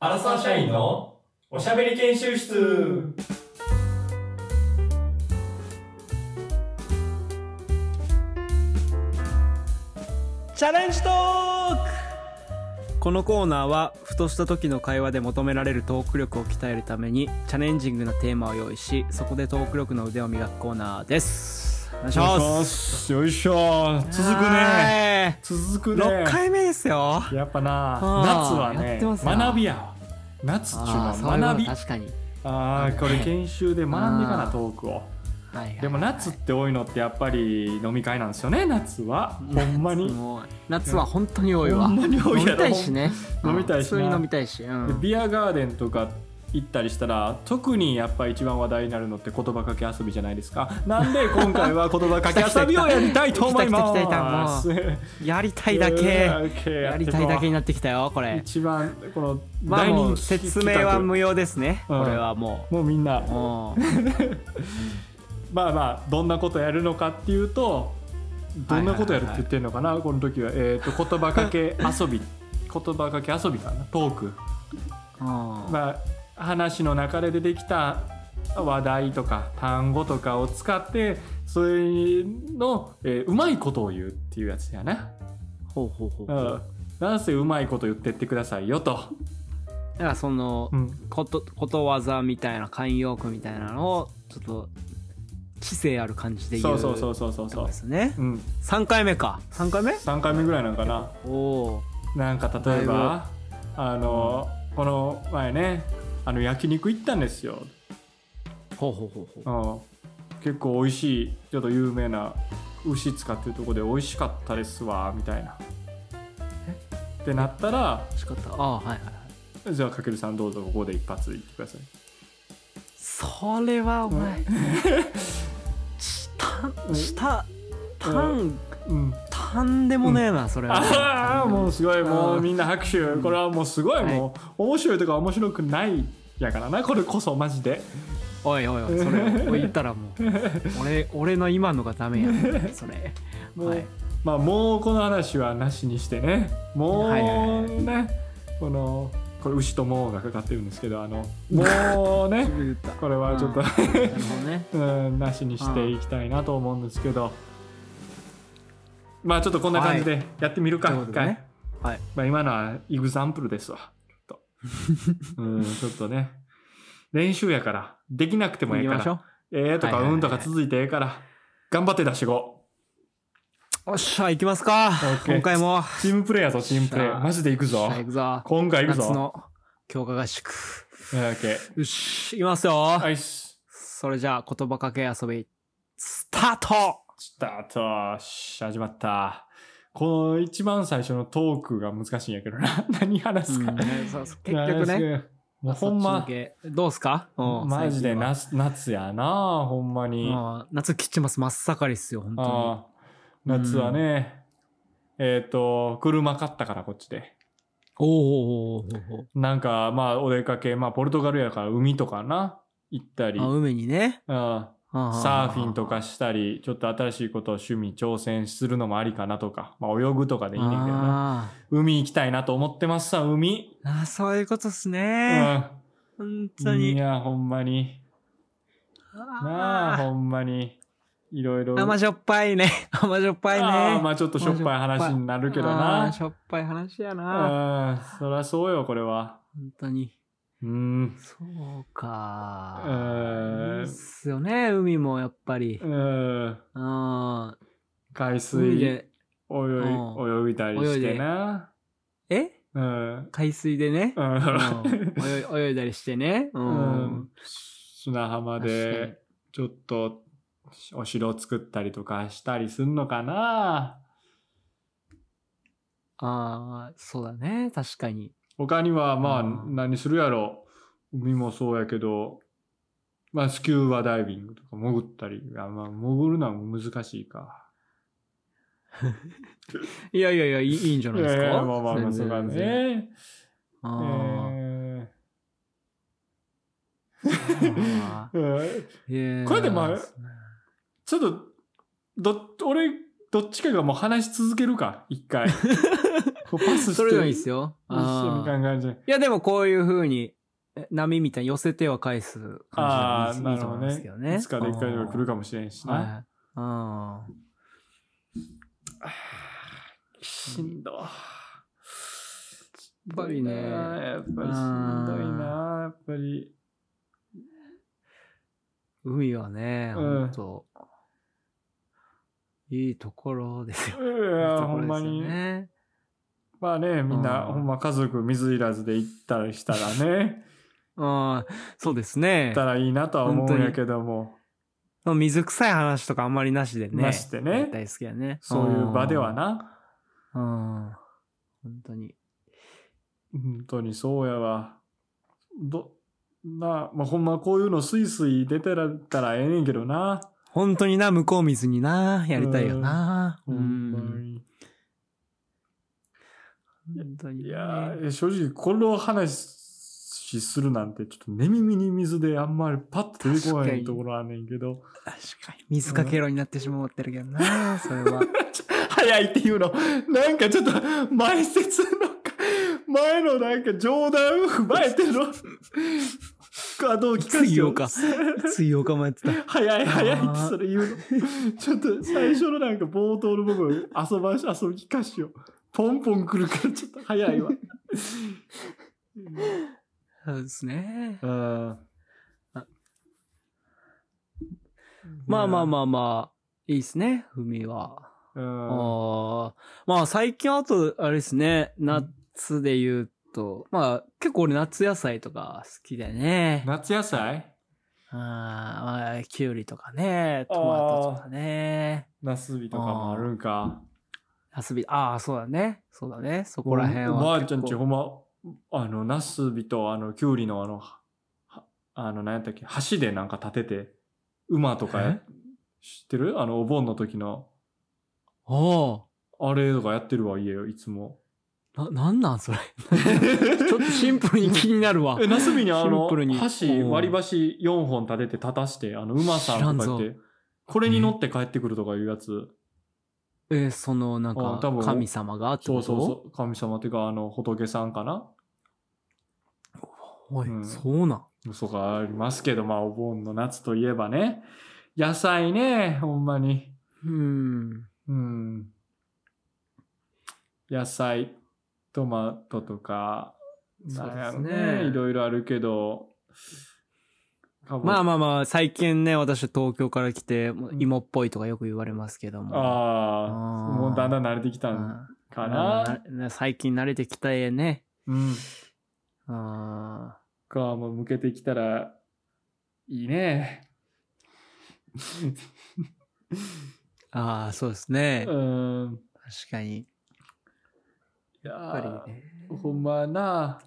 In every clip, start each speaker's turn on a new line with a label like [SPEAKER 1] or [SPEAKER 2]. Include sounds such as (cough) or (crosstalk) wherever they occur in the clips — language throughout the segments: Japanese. [SPEAKER 1] アラサー社員のおしゃべり研修室
[SPEAKER 2] チャレンジトーク
[SPEAKER 3] このコーナーはふとした時の会話で求められるトーク力を鍛えるためにチャレンジングなテーマを用意しそこでトーク力の腕を磨くコーナーですお願いします
[SPEAKER 2] すよいしょ続くね
[SPEAKER 3] ね
[SPEAKER 2] 続くね
[SPEAKER 3] 6回目ですよ
[SPEAKER 2] やっぱな
[SPEAKER 3] あー
[SPEAKER 2] 夏は
[SPEAKER 3] やっ
[SPEAKER 2] ね
[SPEAKER 3] てますな
[SPEAKER 2] 学びや夏っちゅうの
[SPEAKER 3] あーそう
[SPEAKER 2] は
[SPEAKER 3] いうこ
[SPEAKER 2] 学
[SPEAKER 3] と
[SPEAKER 2] び
[SPEAKER 3] 確かに
[SPEAKER 2] ああこれ研修で学んでかな
[SPEAKER 3] あー
[SPEAKER 2] トークを
[SPEAKER 3] (laughs) はいはいはい
[SPEAKER 2] でも夏って多いのってやっぱり飲み会なんですよね夏はほんまに
[SPEAKER 3] もう夏は本当に多い
[SPEAKER 2] ほ
[SPEAKER 3] わ
[SPEAKER 2] んまに多いやろ
[SPEAKER 3] 飲みたいしね
[SPEAKER 2] 飲みたいしな
[SPEAKER 3] うん普通に飲みたいしうん
[SPEAKER 2] でビアガーデンとか行ったりしたら特にやっぱ一番話題になるのって言葉かけ遊びじゃないですかなんで今回は言葉かけ遊びをやりたいと思います
[SPEAKER 3] 来た来た来た来たやりたいだけやりたいだけになってきたよこれ
[SPEAKER 2] 一番この
[SPEAKER 3] まあ
[SPEAKER 2] 大
[SPEAKER 3] も
[SPEAKER 2] 人
[SPEAKER 3] う
[SPEAKER 2] 気
[SPEAKER 3] 説
[SPEAKER 2] 企
[SPEAKER 3] 明
[SPEAKER 2] 画
[SPEAKER 3] は無用ですね
[SPEAKER 2] うん
[SPEAKER 3] これはも
[SPEAKER 2] もうみんな
[SPEAKER 3] うも
[SPEAKER 2] まあまあどんなことやるのかっていうとどんなことやるって言ってるのかな、この時は、えー、と言葉かけ遊び言葉かけ遊びかなトーク、
[SPEAKER 3] ううん
[SPEAKER 2] まあ、話の中で出てきた話題とか単語とかを使ってそれの、えーうまいことを言うっていうやつやな、
[SPEAKER 3] ほうほうほう
[SPEAKER 2] う
[SPEAKER 3] ほう。
[SPEAKER 2] ん、なんせうまいこと言ってってくださいよと、
[SPEAKER 3] だからその、
[SPEAKER 2] うん、
[SPEAKER 3] こと、ことわざみたいな慣用句みたいなのを、ちょっと、知性ある感じで言。
[SPEAKER 2] そううそうそうそうそうそう
[SPEAKER 3] で、すね。
[SPEAKER 2] うん、
[SPEAKER 3] 3回目か。3回目
[SPEAKER 2] 3回目ぐらいなんかな
[SPEAKER 3] おお
[SPEAKER 2] なんか例えばあの、この前ねあの焼肉行ったんですよ、
[SPEAKER 3] ー。ほうほうほう
[SPEAKER 2] う
[SPEAKER 3] ほ
[SPEAKER 2] ん、結構美味しいちょっと有名な牛使ってるとこで美味しかったですわみたいなってなったら
[SPEAKER 3] う。仕方。ああ、はいはいはい。
[SPEAKER 2] じゃあかけるさんどうぞここで一発言ってください
[SPEAKER 3] それは、お前。した、した、たん、
[SPEAKER 2] うん、
[SPEAKER 3] たんでもねえな、それ
[SPEAKER 2] あ
[SPEAKER 3] は。
[SPEAKER 2] あもうすごいも
[SPEAKER 3] う
[SPEAKER 2] うんみんな拍手これはもうすごいもう面白いとか面白くないやからなこれこそマジで
[SPEAKER 3] おいおいおい、それ、おい言ったらもう、俺、俺の今のがダメや。それ。
[SPEAKER 2] もう
[SPEAKER 3] はい。
[SPEAKER 2] まあもうこの話はなしにしてねもう
[SPEAKER 3] は
[SPEAKER 2] ね、
[SPEAKER 3] いはい
[SPEAKER 2] このこれ牛ともがかかってるんですけどあのもうね
[SPEAKER 3] 言った。な
[SPEAKER 2] これはちょっと、
[SPEAKER 3] るほどね。
[SPEAKER 2] うん、なしにしていきたいなと思うんですけど、まあちょっとこんな感じでやってみるか、
[SPEAKER 3] というこ
[SPEAKER 2] 一
[SPEAKER 3] とで
[SPEAKER 2] 回、
[SPEAKER 3] ねはい
[SPEAKER 2] まあ、今のはイグザンプルですわちょ
[SPEAKER 3] (laughs)
[SPEAKER 2] っとうんちょっとね練習やからできなくてもええ
[SPEAKER 3] 行
[SPEAKER 2] か
[SPEAKER 3] きましょ
[SPEAKER 2] ら
[SPEAKER 3] う。
[SPEAKER 2] ええとか
[SPEAKER 3] はいはいはいはい
[SPEAKER 2] うんとか続いてええから頑張って出していこう
[SPEAKER 3] おっしゃ、行きますか。
[SPEAKER 2] OK
[SPEAKER 3] 今回も。よ
[SPEAKER 2] チームプレーやぞ、チームプレ
[SPEAKER 3] よっ
[SPEAKER 2] ー。
[SPEAKER 3] しゃ
[SPEAKER 2] マジで行くぞ
[SPEAKER 3] っしゃ。行くぞ。
[SPEAKER 2] 今回行く
[SPEAKER 3] 夏
[SPEAKER 2] ぞ。
[SPEAKER 3] の強化合宿。
[SPEAKER 2] オッケー。
[SPEAKER 3] よし、行きますよ。
[SPEAKER 2] アイス、
[SPEAKER 3] それじゃあ、言葉かけ遊び、スタート
[SPEAKER 2] スタート。し、始まった。この一番最初のトークが難しいんやけどな。 (laughs) 何話すか。
[SPEAKER 3] (laughs) うんそうそう結局ね。
[SPEAKER 2] ね。もうほん
[SPEAKER 3] そっ
[SPEAKER 2] ま
[SPEAKER 3] ち、のけどうすかうん
[SPEAKER 2] マジで
[SPEAKER 3] 最近は
[SPEAKER 2] 夏夏やな、ほんまに。
[SPEAKER 3] うん夏切ってます。真っ盛りっすよ、本当
[SPEAKER 2] あー夏はね、えっと、車買ったからこっちで。
[SPEAKER 3] に。おーおーおーおー
[SPEAKER 2] なんか、まあ、お出かけ、まあ、ポルトガルやから海とかな、行ったり。
[SPEAKER 3] おーあ、海にね。
[SPEAKER 2] うんサーフィンとかしたり、ちょっと新しいことを趣味挑戦するのもありかなとか、まあ泳ぐとか
[SPEAKER 3] で
[SPEAKER 2] でいいねんけどな。海行きたいなと思ってますさ、海。
[SPEAKER 3] あー、そういうことっす
[SPEAKER 2] う
[SPEAKER 3] ね。
[SPEAKER 2] ん。
[SPEAKER 3] 本当
[SPEAKER 2] い
[SPEAKER 3] に。
[SPEAKER 2] や、ほんまに。なあ、
[SPEAKER 3] あ
[SPEAKER 2] ほんまに。いろいろ。
[SPEAKER 3] ー甘じょっぱいね。 (laughs) 甘じょっぱいね。
[SPEAKER 2] ああまあちょっとしょっぱい話になるけど
[SPEAKER 3] あー
[SPEAKER 2] な。
[SPEAKER 3] しょっぱい話やな。
[SPEAKER 2] うん、そりゃそうよ、これは。
[SPEAKER 3] 本当に。
[SPEAKER 2] うん。
[SPEAKER 3] そうか。
[SPEAKER 2] うーん
[SPEAKER 3] いいっすよね、海もやっぱり。
[SPEAKER 2] うん。
[SPEAKER 3] うん。
[SPEAKER 2] 海
[SPEAKER 3] 海
[SPEAKER 2] 水、泳
[SPEAKER 3] で。
[SPEAKER 2] い、泳いだりしてな。
[SPEAKER 3] え
[SPEAKER 2] うん。
[SPEAKER 3] 海水でね
[SPEAKER 2] (laughs) う。
[SPEAKER 3] うん
[SPEAKER 2] ん。
[SPEAKER 3] 泳い泳いだりしてね。う
[SPEAKER 2] うんん。、砂浜
[SPEAKER 3] 確
[SPEAKER 2] でちょっとお城を作ったりとかしたりすんのかな
[SPEAKER 3] ああ、そうだね。確かに。
[SPEAKER 2] 他にはまあ
[SPEAKER 3] うん
[SPEAKER 2] 何するやろ海もそうやけど、まあ、スキューバダイビングとか潜ったりいやまあ潜るのは難しいか。
[SPEAKER 3] いやいやいや、いいいいんじゃないですか。
[SPEAKER 2] いやいやまあまあまあ
[SPEAKER 3] 全
[SPEAKER 2] そ
[SPEAKER 3] 然
[SPEAKER 2] うだ
[SPEAKER 3] 全然
[SPEAKER 2] ね。え
[SPEAKER 3] あ
[SPEAKER 2] ー
[SPEAKER 3] ー
[SPEAKER 2] うん
[SPEAKER 3] いや
[SPEAKER 2] これでもあれちょっ
[SPEAKER 3] (laughs)
[SPEAKER 2] とど俺どっちかがもう話し続けるか一回。こうパスして
[SPEAKER 3] それでもいいですよ。
[SPEAKER 2] 一緒
[SPEAKER 3] あ
[SPEAKER 2] みた
[SPEAKER 3] ー
[SPEAKER 2] いな感じで
[SPEAKER 3] いや、でもこういう風に、え波みたいに寄せては返す
[SPEAKER 2] あ
[SPEAKER 3] 感
[SPEAKER 2] あ
[SPEAKER 3] じ
[SPEAKER 2] な
[SPEAKER 3] でいい
[SPEAKER 2] る
[SPEAKER 3] と
[SPEAKER 2] ほ
[SPEAKER 3] 思
[SPEAKER 2] ど
[SPEAKER 3] うんです
[SPEAKER 2] ね
[SPEAKER 3] けどね。
[SPEAKER 2] いつかでっかいのが来るかもしれんし
[SPEAKER 3] はい
[SPEAKER 2] な
[SPEAKER 3] あー
[SPEAKER 2] しんど
[SPEAKER 3] やっぱりね
[SPEAKER 2] やっぱりしんどいなやっぱり
[SPEAKER 3] 海はね、
[SPEAKER 2] う
[SPEAKER 3] ほ
[SPEAKER 2] ん
[SPEAKER 3] んと、いいところですよ。
[SPEAKER 2] う
[SPEAKER 3] いい
[SPEAKER 2] わ
[SPEAKER 3] と
[SPEAKER 2] ほ
[SPEAKER 3] こ
[SPEAKER 2] ん
[SPEAKER 3] ろで
[SPEAKER 2] ます
[SPEAKER 3] よ
[SPEAKER 2] に
[SPEAKER 3] ね。
[SPEAKER 2] まあねみんな
[SPEAKER 3] うん
[SPEAKER 2] ほんま家族水いらずで行ったりしたら (laughs) ね
[SPEAKER 3] ああ、そうです
[SPEAKER 2] 行
[SPEAKER 3] ね
[SPEAKER 2] っ。たらいいなとは思うんやけども
[SPEAKER 3] 水臭い話とかあんまりなしでね。
[SPEAKER 2] なしでね
[SPEAKER 3] やりたい好きやね。
[SPEAKER 2] そういう場ではな
[SPEAKER 3] うん。うん。本当に。
[SPEAKER 2] 本当にそうやわどなまあほんまこういうのスイスイ出てらったらええねんけどな
[SPEAKER 3] 本当にな、向こう水にな、やりたいよな。
[SPEAKER 2] ほ
[SPEAKER 3] うん
[SPEAKER 2] ま
[SPEAKER 3] ん。
[SPEAKER 2] に
[SPEAKER 3] 本当にね。
[SPEAKER 2] いやーえ正直この話するなんてちょっと寝耳に水であんまりパッと出てこ
[SPEAKER 3] 確
[SPEAKER 2] な
[SPEAKER 3] か
[SPEAKER 2] い
[SPEAKER 3] に
[SPEAKER 2] ところあんねんけど
[SPEAKER 3] 確かに。水かけろになってしまってるけどな、それ
[SPEAKER 2] (laughs)
[SPEAKER 3] は。
[SPEAKER 2] 早いっていうのなんかちょっと前説の前のなんか冗談を踏まえてのかどう聞かせ
[SPEAKER 3] つい
[SPEAKER 2] て
[SPEAKER 3] ようか。ついようかもやってた。
[SPEAKER 2] (laughs) 早い早いっ
[SPEAKER 3] あ
[SPEAKER 2] て
[SPEAKER 3] ー
[SPEAKER 2] それ言うの (laughs) ちょっと最初のなんか冒頭の部分遊ばし遊び聞かしようポンポン来るからちょっと早 (laughs) いわ
[SPEAKER 3] そうですね。
[SPEAKER 2] うん
[SPEAKER 3] まあまあまあまあ、いいですね、海は。
[SPEAKER 2] うん
[SPEAKER 3] ああ。まあ最近あと、あれですね、夏で言うと、まあ結構俺夏野菜とか好きでね。
[SPEAKER 2] 夏野菜
[SPEAKER 3] あーまあ、きゅうりとかね、トマトとかね。
[SPEAKER 2] ナスビとかもあるんか
[SPEAKER 3] 遊び、ああ、そうだね。そうだね。そこら辺は。
[SPEAKER 2] おばあちゃんちほんまあのナスビとあのキュウリのあのはあの何やったっけ橋でなんか立てて馬とかや知ってるあのお盆の時の
[SPEAKER 3] お
[SPEAKER 2] あれとかやってるわ家よいつも
[SPEAKER 3] おな、なんなんそれ。
[SPEAKER 2] ち
[SPEAKER 3] (laughs) ちょっとシンプルに気になる (laughs) わ
[SPEAKER 2] え、。ナスビにあ
[SPEAKER 3] シン
[SPEAKER 2] の、
[SPEAKER 3] プルに
[SPEAKER 2] 箸、割り箸4本立てて立たして、あの、馬さんとか
[SPEAKER 3] 知
[SPEAKER 2] 言って、これに乗って帰ってくるとかいうやつ、
[SPEAKER 3] えその、なん
[SPEAKER 2] あ
[SPEAKER 3] か
[SPEAKER 2] ー多、分
[SPEAKER 3] 神様がって
[SPEAKER 2] そ
[SPEAKER 3] こ
[SPEAKER 2] う
[SPEAKER 3] と
[SPEAKER 2] そうそう、神様っていうか、あの、仏さんかな
[SPEAKER 3] おい、
[SPEAKER 2] うん
[SPEAKER 3] そうなん。
[SPEAKER 2] 嘘がありますけど、まあ、お盆の夏といえばね、野菜ね、ほんまに。
[SPEAKER 3] うん。
[SPEAKER 2] うん。野菜、トマトとか、
[SPEAKER 3] そうですね
[SPEAKER 2] なんやろいろいろあるけど、
[SPEAKER 3] まあ
[SPEAKER 2] あ、
[SPEAKER 3] まあまあ、最近ね、私は東京から来て、もう
[SPEAKER 2] うん
[SPEAKER 3] 芋っぽいとかよく言われますけども。
[SPEAKER 2] ああ、
[SPEAKER 3] あー
[SPEAKER 2] もうだんだん慣れてきたん
[SPEAKER 3] うん
[SPEAKER 2] か
[SPEAKER 3] まあ
[SPEAKER 2] な。
[SPEAKER 3] まあ最近慣れてきたえね。
[SPEAKER 2] うん。
[SPEAKER 3] あ
[SPEAKER 2] かも向けてきたらいいね。
[SPEAKER 3] ーあー、そうですね。
[SPEAKER 2] うん。
[SPEAKER 3] 確かに。
[SPEAKER 2] いや
[SPEAKER 3] やっ
[SPEAKER 2] ー
[SPEAKER 3] ぱりね。
[SPEAKER 2] ほんまやな。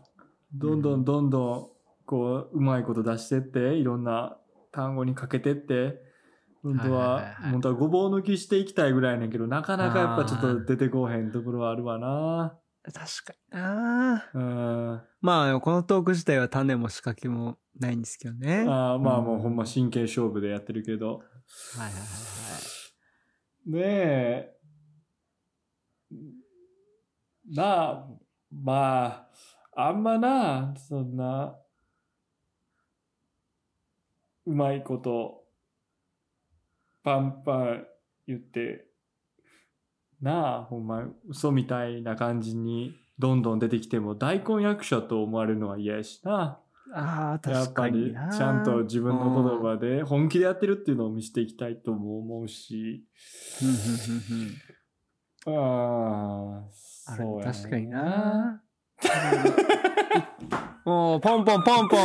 [SPEAKER 2] どんどんどんどん、こう、うまいこと出してって、いろんな単語にかけてって、本当
[SPEAKER 3] はいはい
[SPEAKER 2] は
[SPEAKER 3] はいは、い
[SPEAKER 2] 本当はごぼう抜きしていきたいぐらいなんやけど、なかなかやっぱちょっと出てこうへんところはあるわな。
[SPEAKER 3] 確かにな。
[SPEAKER 2] うん。あ
[SPEAKER 3] まあ、このトーク自体は種も仕掛けもないんですけどね。
[SPEAKER 2] ー
[SPEAKER 3] はい
[SPEAKER 2] まあ
[SPEAKER 3] うん
[SPEAKER 2] もうほんま真剣勝負でやってるけど。
[SPEAKER 3] はいはい
[SPEAKER 2] ねえ。なあ、まあ、あんまなあ、そんな、うまいこと、パンパン言って、なあ、ほんま、嘘みたいな感じに、どんどん出てきても、大根役者と思われるのは嫌やしな。
[SPEAKER 3] はい。ああ、
[SPEAKER 2] やっ
[SPEAKER 3] 確
[SPEAKER 2] ぱ
[SPEAKER 3] かに
[SPEAKER 2] り、
[SPEAKER 3] な。
[SPEAKER 2] ちゃんと自分の言
[SPEAKER 3] うん。
[SPEAKER 2] 葉で、本気でやってるっていうのを見せていきたいとも思うし、
[SPEAKER 3] うんうんうんうん
[SPEAKER 2] ああ、
[SPEAKER 3] あ
[SPEAKER 2] そう
[SPEAKER 3] れ、
[SPEAKER 2] やね
[SPEAKER 3] 確かに。な。 (laughs) もう、ポンポンポンポン、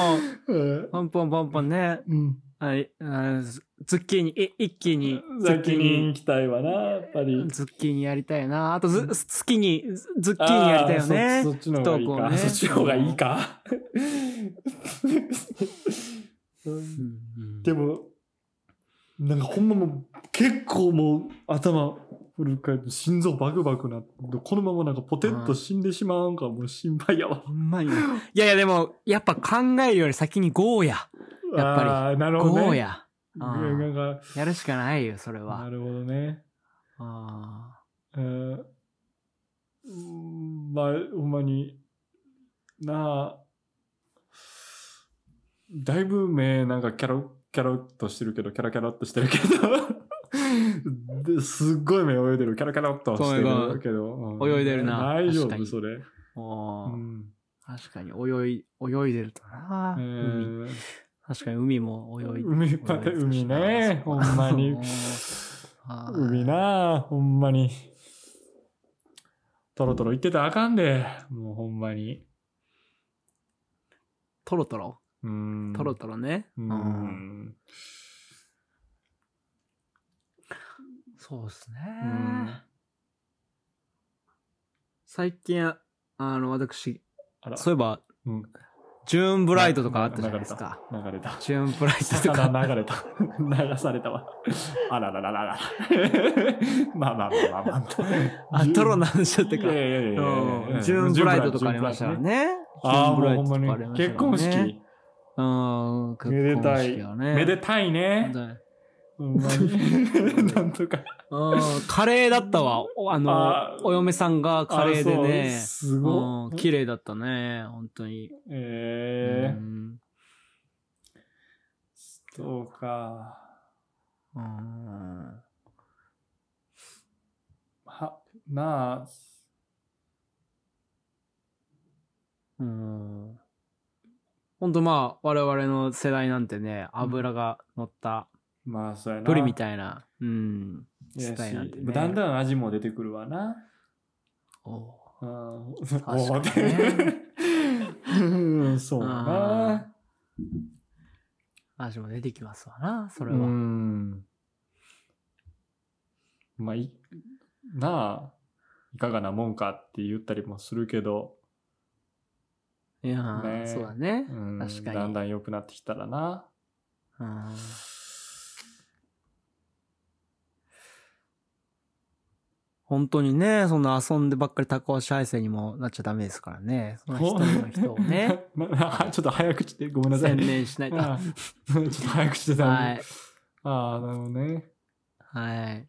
[SPEAKER 2] うん
[SPEAKER 3] ポンポンポンポンね。
[SPEAKER 2] うん。
[SPEAKER 3] はい、あズズッキーニ、い一気に、ズッキ
[SPEAKER 2] 先
[SPEAKER 3] ー
[SPEAKER 2] に行
[SPEAKER 3] ニ、
[SPEAKER 2] きたいわな、やっぱり。
[SPEAKER 3] ズッキーニやりたいな。あと
[SPEAKER 2] う
[SPEAKER 3] ズ、
[SPEAKER 2] ん
[SPEAKER 3] ズッキーニ、ズズッキーニやりたいよ
[SPEAKER 2] あーそ
[SPEAKER 3] ね。
[SPEAKER 2] そっちの方がいいか。
[SPEAKER 3] 不登校ね
[SPEAKER 2] そっちの方がいいか。
[SPEAKER 3] うん
[SPEAKER 2] でも、なんかほんまもう、結構もう頭フル回転、心臓バクバクなって、このままなんかポテッと死んでしまうんか、もう心配やわ。
[SPEAKER 3] ほんまに。いやいや、でも、やっぱ考えるより先にゴーや。やっぱり
[SPEAKER 2] あーなるほどね。
[SPEAKER 3] ゴーや。
[SPEAKER 2] いやなんか
[SPEAKER 3] やるしかないよ、それ
[SPEAKER 2] な
[SPEAKER 3] は。
[SPEAKER 2] るほどね。
[SPEAKER 3] あ
[SPEAKER 2] うんうんまあ、ほんまに、なあ、だいぶ目、なんかキャロ、キャロっとしてるけど、キャラキャラっとしてるけど、ですっごい目泳いでる、キャラキャラっとしてるけど、うん
[SPEAKER 3] 泳いでるな
[SPEAKER 2] 大丈
[SPEAKER 3] 確か
[SPEAKER 2] 夫、
[SPEAKER 3] に
[SPEAKER 2] それ。
[SPEAKER 3] あ
[SPEAKER 2] う
[SPEAKER 3] ー
[SPEAKER 2] ん
[SPEAKER 3] 確かに泳い、泳いでるとな、
[SPEAKER 2] え
[SPEAKER 3] 海。
[SPEAKER 2] ー
[SPEAKER 3] 確かに海も泳いで
[SPEAKER 2] 海、また海ね、ほんま
[SPEAKER 3] (laughs)
[SPEAKER 2] に。海
[SPEAKER 3] な。
[SPEAKER 2] なあ、ほんまに。トロトロ言ってたらあかんで、もうほんまに。
[SPEAKER 3] トロトロ。
[SPEAKER 2] うん。
[SPEAKER 3] トロトロね。
[SPEAKER 2] う
[SPEAKER 3] うん
[SPEAKER 2] ん。
[SPEAKER 3] そうですね。
[SPEAKER 2] うん
[SPEAKER 3] 最近、あの、私、
[SPEAKER 2] あら、
[SPEAKER 3] そういえば、
[SPEAKER 2] うん
[SPEAKER 3] ジューンブライトとかあったじゃないです
[SPEAKER 2] な
[SPEAKER 3] か。
[SPEAKER 2] 流れ
[SPEAKER 3] (laughs)
[SPEAKER 2] た。
[SPEAKER 3] ジューンブライトと
[SPEAKER 2] (laughs)
[SPEAKER 3] か。
[SPEAKER 2] 魚流れた。流されたわ。あららららら。 (laughs) まあまあまあまあまあ。
[SPEAKER 3] (laughs) あ、トロの話だった
[SPEAKER 2] い
[SPEAKER 3] か
[SPEAKER 2] やい。やいやいやい
[SPEAKER 3] うん
[SPEAKER 2] や。
[SPEAKER 3] ジューンブライトとかありましたよ。ね。
[SPEAKER 2] ああ、
[SPEAKER 3] ジュ
[SPEAKER 2] もう
[SPEAKER 3] ーンブラ
[SPEAKER 2] ほんま
[SPEAKER 3] イトとかあり
[SPEAKER 2] に。
[SPEAKER 3] ましたよ
[SPEAKER 2] 結
[SPEAKER 3] ね
[SPEAKER 2] 婚式。
[SPEAKER 3] うん、
[SPEAKER 2] めでたい。めで
[SPEAKER 3] た
[SPEAKER 2] たいね。ほんまに。 (laughs) なんとか。
[SPEAKER 3] うん、カレーだったわ。おあの、
[SPEAKER 2] あー
[SPEAKER 3] お嫁さんがカレーで
[SPEAKER 2] あ
[SPEAKER 3] ね
[SPEAKER 2] そう。す
[SPEAKER 3] う
[SPEAKER 2] ご
[SPEAKER 3] ん
[SPEAKER 2] い。
[SPEAKER 3] 綺麗だったね、本当に。
[SPEAKER 2] え
[SPEAKER 3] う
[SPEAKER 2] え。
[SPEAKER 3] ん
[SPEAKER 2] そうか。
[SPEAKER 3] うん
[SPEAKER 2] は、なあ、
[SPEAKER 3] うん。ほんとまあ、我々の世代なんてね、油が乗った
[SPEAKER 2] まあそうやな。
[SPEAKER 3] ブリみたいな。うん。
[SPEAKER 2] いやし
[SPEAKER 3] したいなんてね
[SPEAKER 2] だんだん味も出てくるわな。
[SPEAKER 3] おう
[SPEAKER 2] うん、
[SPEAKER 3] かにね
[SPEAKER 2] おーって (laughs) うんそうだな。
[SPEAKER 3] 味も出てきますわな、それ
[SPEAKER 2] う
[SPEAKER 3] は。
[SPEAKER 2] ん。まあ、い、なあ、いかがなもんかって言ったりもするけど、
[SPEAKER 3] いやー、
[SPEAKER 2] ね
[SPEAKER 3] そうだね
[SPEAKER 2] う。ん、
[SPEAKER 3] 確かに
[SPEAKER 2] だんだん良くなってきたらな。
[SPEAKER 3] うん本当にね、そんな遊んでばっかりタコ足配線にもなっちゃダメですからね。その一人の人を (laughs) ね、
[SPEAKER 2] (laughs) ななちょっと早口でごめんなさい
[SPEAKER 3] 専
[SPEAKER 2] ね。
[SPEAKER 3] 念しない
[SPEAKER 2] あ
[SPEAKER 3] と。は
[SPEAKER 2] あちょっと早口で
[SPEAKER 3] い。
[SPEAKER 2] だん
[SPEAKER 3] は
[SPEAKER 2] でああ、なるほどね。
[SPEAKER 3] い。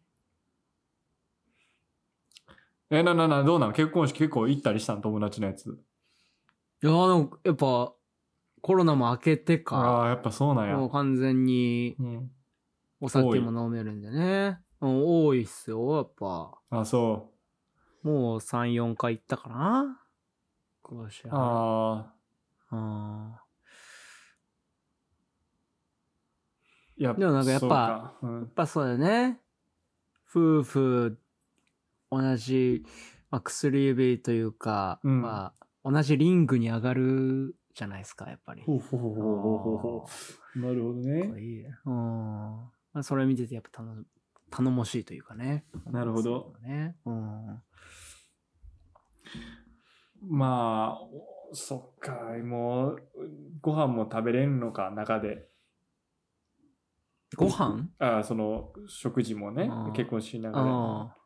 [SPEAKER 2] え、な、な、な、どうなの結婚式結構行ったりしたの友達のやつ。
[SPEAKER 3] いやー、でも、やっぱ、コロナも明けてか、
[SPEAKER 2] ああ、やっぱそうなんや。
[SPEAKER 3] もう完全に
[SPEAKER 2] うん。
[SPEAKER 3] お酒も飲めるんでね。うん多いっすよ、やっぱ。
[SPEAKER 2] あ、そ
[SPEAKER 3] もう3、4回行ったかな今年
[SPEAKER 2] う。
[SPEAKER 3] は。
[SPEAKER 2] ああ、
[SPEAKER 3] うん
[SPEAKER 2] いや
[SPEAKER 3] でもなんかやっ
[SPEAKER 2] そ
[SPEAKER 3] ぱ
[SPEAKER 2] うかうん
[SPEAKER 3] やっぱそうだよね。夫婦、同じ、まあ、薬指というか、
[SPEAKER 2] うん
[SPEAKER 3] まあ、同じリングに上がるじゃないですか、やっぱり。
[SPEAKER 2] ほうほうほうほうほうほうほう。なるほど
[SPEAKER 3] あーかっ
[SPEAKER 2] ね
[SPEAKER 3] こ。いいねうん。まあ、それ見ててやっぱ頼む頼もしいというかね。
[SPEAKER 2] なるほど。
[SPEAKER 3] ね。うん。
[SPEAKER 2] まあ、おそっか、もう、ご飯も食べれんのか、中で。
[SPEAKER 3] ご飯
[SPEAKER 2] ああ、その、食事もね
[SPEAKER 3] ああ、
[SPEAKER 2] 結婚しなが
[SPEAKER 3] あ
[SPEAKER 2] ら。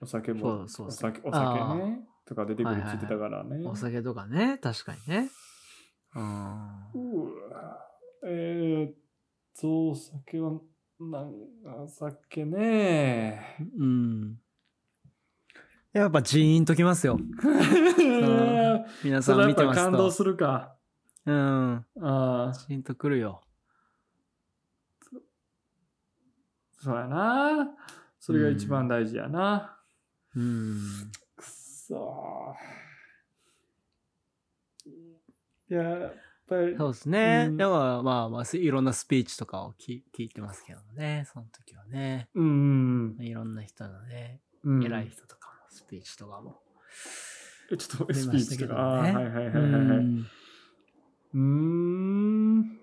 [SPEAKER 2] お酒も、
[SPEAKER 3] そ
[SPEAKER 2] お
[SPEAKER 3] うそうそう
[SPEAKER 2] 酒、お酒ね、とか出てくるって言ってたからね。
[SPEAKER 3] ーお酒とかね、確かにね。うん。
[SPEAKER 2] うわえー、っと、お酒は、なん、お酒ね。
[SPEAKER 3] うん。やっぱジーンときますよ。ん皆さ
[SPEAKER 2] それはや
[SPEAKER 3] ん見
[SPEAKER 2] ってぱ
[SPEAKER 3] ますと。
[SPEAKER 2] 感動するか。
[SPEAKER 3] うん。
[SPEAKER 2] ああ、
[SPEAKER 3] ジーンとくるよ。
[SPEAKER 2] そうやな。それが一番大事やな。
[SPEAKER 3] うん。
[SPEAKER 2] くそー。いや、やっぱり、
[SPEAKER 3] そうですね。
[SPEAKER 2] うん
[SPEAKER 3] だから、まあまあ、すいろんなスピーチとかをき聞いてますけどね、その時はね。
[SPEAKER 2] うん、
[SPEAKER 3] いろんな人のね、
[SPEAKER 2] うん。
[SPEAKER 3] 偉い人とかも、スピーチとかも。
[SPEAKER 2] え。ちょっと
[SPEAKER 3] 出
[SPEAKER 2] ス
[SPEAKER 3] ま
[SPEAKER 2] ピー
[SPEAKER 3] した
[SPEAKER 2] チ
[SPEAKER 3] け
[SPEAKER 2] と
[SPEAKER 3] ど
[SPEAKER 2] か。
[SPEAKER 3] ね
[SPEAKER 2] ああ、はいはいはいは
[SPEAKER 3] う
[SPEAKER 2] いはい。
[SPEAKER 3] ん。
[SPEAKER 2] うーん。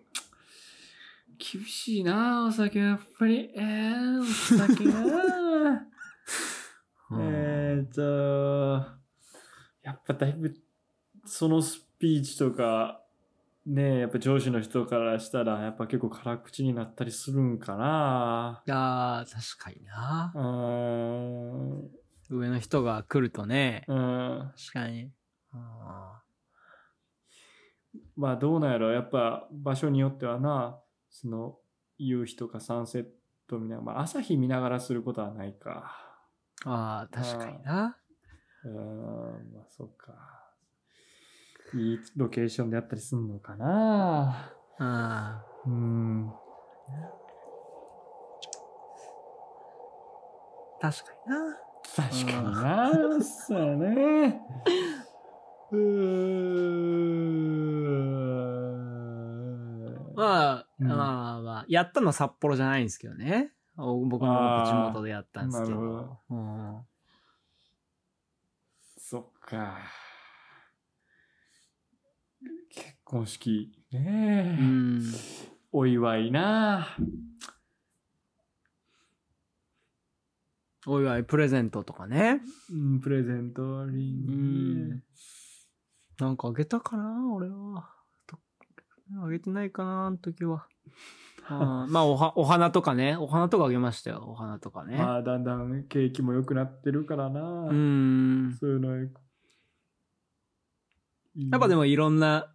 [SPEAKER 2] 厳しいなお酒はやっぱり。えー、お酒な
[SPEAKER 3] (laughs)
[SPEAKER 2] えーと、やっぱだいぶ、そのスピーチとか、ねえ、やっぱ上司の人からしたら、やっぱ結構辛口になったりするんかない
[SPEAKER 3] やー、確かにな
[SPEAKER 2] う。ーん。う
[SPEAKER 3] 上の人が来るとね、
[SPEAKER 2] ーん。
[SPEAKER 3] 確かに。あ
[SPEAKER 2] まあどうなんやろやっぱ場所によってはな、その、夕日とかサンセット見ながら、まあ朝日見ながらすることはないか。
[SPEAKER 3] ーあー、確かにな。
[SPEAKER 2] ううーん、まあそうか。いいロケーションであったりするのかな。
[SPEAKER 3] あ
[SPEAKER 2] うーん。
[SPEAKER 3] あ、確かにな。
[SPEAKER 2] 確かにな。そうや
[SPEAKER 3] (laughs)
[SPEAKER 2] ね。うーん。
[SPEAKER 3] まあ、
[SPEAKER 2] うん
[SPEAKER 3] まあまあ、やったのは札幌じゃないんですけどね。お僕の地元でやったんですけ
[SPEAKER 2] あーなる
[SPEAKER 3] ど。うん
[SPEAKER 2] そっか。結婚式ねえ、
[SPEAKER 3] うん
[SPEAKER 2] お祝いなあ
[SPEAKER 3] お祝い、プレゼントとかね。
[SPEAKER 2] うん、プレゼントリン
[SPEAKER 3] う
[SPEAKER 2] グ、
[SPEAKER 3] ん。なんかあげたかな俺は。とあげてないかなあの時は。うんまあおは、お花とかね。お花とかあげましたよ。お花とかね。
[SPEAKER 2] まあだんだん景気も良くなってるからなあ、
[SPEAKER 3] うん。
[SPEAKER 2] そういうのは
[SPEAKER 3] やっぱで
[SPEAKER 2] も
[SPEAKER 3] もいろんな、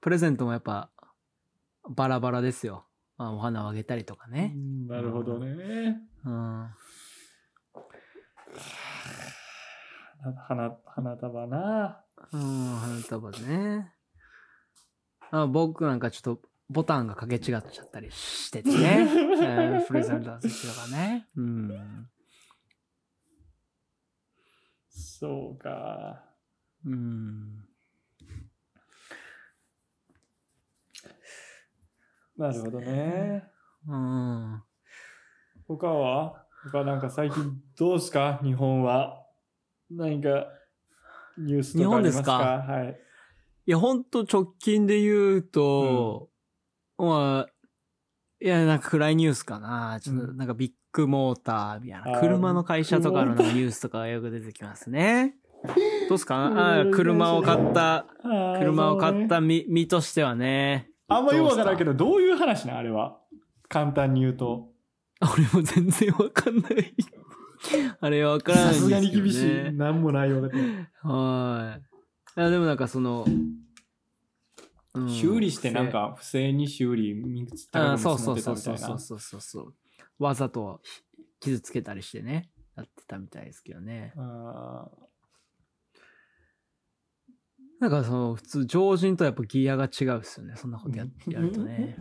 [SPEAKER 3] プレゼントもやっぱ、バラバラですよ。まあ、お花をあげたりとかね。
[SPEAKER 2] なるほどね、
[SPEAKER 3] うん。
[SPEAKER 2] 花花束な
[SPEAKER 3] うん、花束ね。あ僕なんかちょっと、ボタンがかけ違っちゃったりしててね。 (laughs) うんプレゼントの時とかね。うん。
[SPEAKER 2] そうか
[SPEAKER 3] うん。
[SPEAKER 2] なるほどね
[SPEAKER 3] うん。
[SPEAKER 2] 他は他なんか最近どうですか日本は何かニュースとかありますか
[SPEAKER 3] 日本
[SPEAKER 2] はい
[SPEAKER 3] いや、ほんと直近で言うと、まあ、いや、なんか暗いニュースかな。ちょっと、
[SPEAKER 2] うん
[SPEAKER 3] なんかビッグモーターみたい
[SPEAKER 2] あ
[SPEAKER 3] な。
[SPEAKER 2] ー
[SPEAKER 3] 車の会社とか
[SPEAKER 2] ビ
[SPEAKER 3] の
[SPEAKER 2] ッグモーター
[SPEAKER 3] ニュースとかがよく出てきますね。どうっすか
[SPEAKER 2] うん
[SPEAKER 3] あー車を買った、
[SPEAKER 2] あー
[SPEAKER 3] 車を買っ
[SPEAKER 2] そうね
[SPEAKER 3] た身身としてはね。
[SPEAKER 2] あんまよくわからんけ
[SPEAKER 3] ど
[SPEAKER 2] どどういう話なあれは簡単に言うと
[SPEAKER 3] うした。俺も全然わかんない。あれわからないん
[SPEAKER 2] さす
[SPEAKER 3] ですけ
[SPEAKER 2] が
[SPEAKER 3] ど、ね。
[SPEAKER 2] に厳しい何もないよだって
[SPEAKER 3] はい。あでもなんかその、うん
[SPEAKER 2] 修理してなんか不正に修理見つった
[SPEAKER 3] あ
[SPEAKER 2] ら
[SPEAKER 3] ーそうそ
[SPEAKER 2] そうう
[SPEAKER 3] そ
[SPEAKER 2] そうう
[SPEAKER 3] そ
[SPEAKER 2] そううそうう
[SPEAKER 3] そそうそうそうわざと傷つけたりしてねやってたみたいですけどね
[SPEAKER 2] あ
[SPEAKER 3] なんかその普通常人とやっぱギアが違うっすよねそんなことや
[SPEAKER 2] うん
[SPEAKER 3] やるとね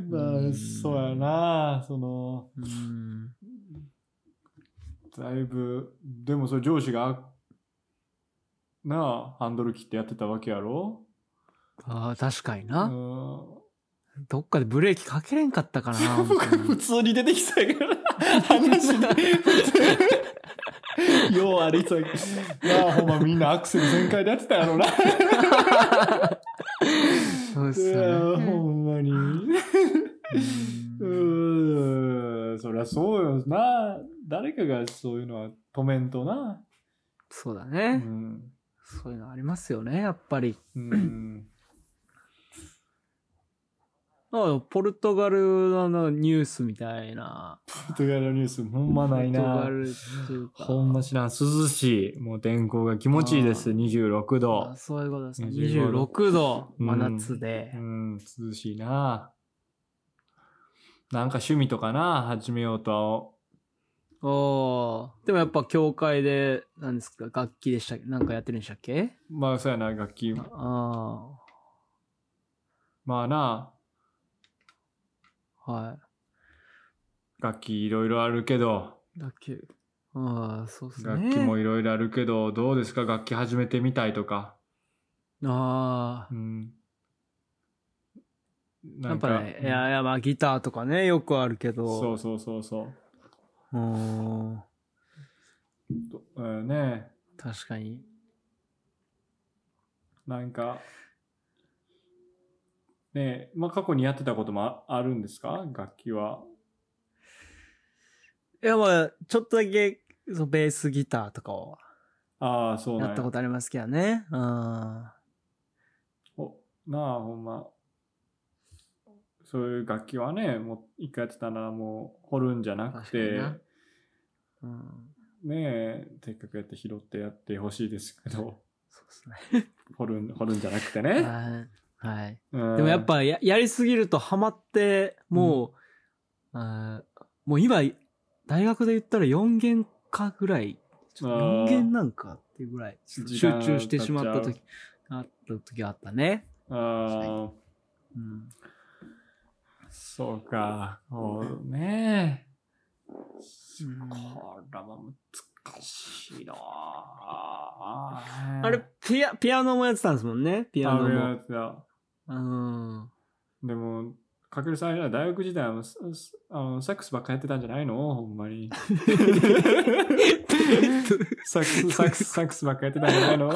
[SPEAKER 2] ー (laughs) ま
[SPEAKER 3] う
[SPEAKER 2] あ
[SPEAKER 3] ん
[SPEAKER 2] そうやなその
[SPEAKER 3] うん
[SPEAKER 2] だいぶでもそれ上司がなあハンドル切ってやってたわけやろ
[SPEAKER 3] あー確かに
[SPEAKER 2] う
[SPEAKER 3] な、
[SPEAKER 2] ん
[SPEAKER 3] どっかでブレーキかけれんかったかな本
[SPEAKER 2] 僕
[SPEAKER 3] 当に
[SPEAKER 2] 普通に出てきたやけ
[SPEAKER 3] (laughs)
[SPEAKER 2] どな話 (laughs) で普通によう歩いてたやけどなあほんまみんなアクセル全開でやってたやろな
[SPEAKER 3] そうっ
[SPEAKER 2] い
[SPEAKER 3] す
[SPEAKER 2] や
[SPEAKER 3] よね
[SPEAKER 2] ほんまにう
[SPEAKER 3] う
[SPEAKER 2] ー
[SPEAKER 3] ん
[SPEAKER 2] んそりゃそうよな誰かがそういうのは止めんとな
[SPEAKER 3] そうだ
[SPEAKER 2] う
[SPEAKER 3] ね、
[SPEAKER 2] ん
[SPEAKER 3] そういうのありますよねやっぱり
[SPEAKER 2] うん
[SPEAKER 3] あポルトガルのあのニュースみたいな
[SPEAKER 2] ポルトガルのニュースほんまない
[SPEAKER 3] ポルトガ
[SPEAKER 2] な
[SPEAKER 3] ルっていうか
[SPEAKER 2] ほんま知らん涼しいもう天候が気持ちいいです
[SPEAKER 3] あ
[SPEAKER 2] 26度
[SPEAKER 3] あそういうことですね。
[SPEAKER 2] 25
[SPEAKER 3] 26度、
[SPEAKER 2] うん
[SPEAKER 3] 真夏で
[SPEAKER 2] う。ん涼しいななんか趣味とかな始めようとは
[SPEAKER 3] おーでもやっぱ教会で、何ですか、楽器でしたっけなんかやってるんでしたっけ
[SPEAKER 2] まあそうやな楽器
[SPEAKER 3] あ
[SPEAKER 2] まあな
[SPEAKER 3] あ、は
[SPEAKER 2] 楽器いろいろあるけど
[SPEAKER 3] い。楽器。ああ、そうですね。
[SPEAKER 2] 楽器もいろいろあるけど、どうですか楽器始めてみたいとか。
[SPEAKER 3] あ
[SPEAKER 2] う
[SPEAKER 3] あ。
[SPEAKER 2] ん。
[SPEAKER 3] や
[SPEAKER 2] な
[SPEAKER 3] っ
[SPEAKER 2] んか
[SPEAKER 3] ぱね、いやいや、まあギターとかね、よくあるけ
[SPEAKER 2] うん
[SPEAKER 3] ど。
[SPEAKER 2] そうそうそうそう。
[SPEAKER 3] う。ん。
[SPEAKER 2] どえーね
[SPEAKER 3] 確かに。
[SPEAKER 2] なんか、ねまあ過去にやってたこともああるんですか楽器は。
[SPEAKER 3] いや、まあ、ちょっとだけ、そのベースギターとかを
[SPEAKER 2] ああ、そうなん
[SPEAKER 3] やったことありますけどね。うん。
[SPEAKER 2] おなあ、ほんま。そういう楽器はね、もう一回やってたらもう掘るんじゃなく
[SPEAKER 3] 確
[SPEAKER 2] て、
[SPEAKER 3] かになうん。
[SPEAKER 2] ねえ、せっかくやって拾ってやってほしいですけど。
[SPEAKER 3] そうですね。
[SPEAKER 2] 掘るん掘るんじゃなくてね。
[SPEAKER 3] はい。はい。
[SPEAKER 2] で
[SPEAKER 3] でもやっ、ぱややりすぎるとハマって、もう、あーもう今、大学で言ったら4弦かぐらいちょっと人間なんかっていうぐらい
[SPEAKER 2] あ
[SPEAKER 3] 集
[SPEAKER 2] ー
[SPEAKER 3] 中してしまった
[SPEAKER 2] 時
[SPEAKER 3] 時あった時あったね。
[SPEAKER 2] ああ、
[SPEAKER 3] うん、
[SPEAKER 2] そうか。そうね。これは難しいなあ
[SPEAKER 3] あれピアピアノもやってたんですもんねピアノ
[SPEAKER 2] あ
[SPEAKER 3] も。
[SPEAKER 2] れだ (laughs)
[SPEAKER 3] うん (laughs)
[SPEAKER 2] でも、かけるさんは大学時代はサあのサックスばっかやってたんじゃないのほんまに。 (laughs) サックス、サックス、サックスばっかやってたんじゃないの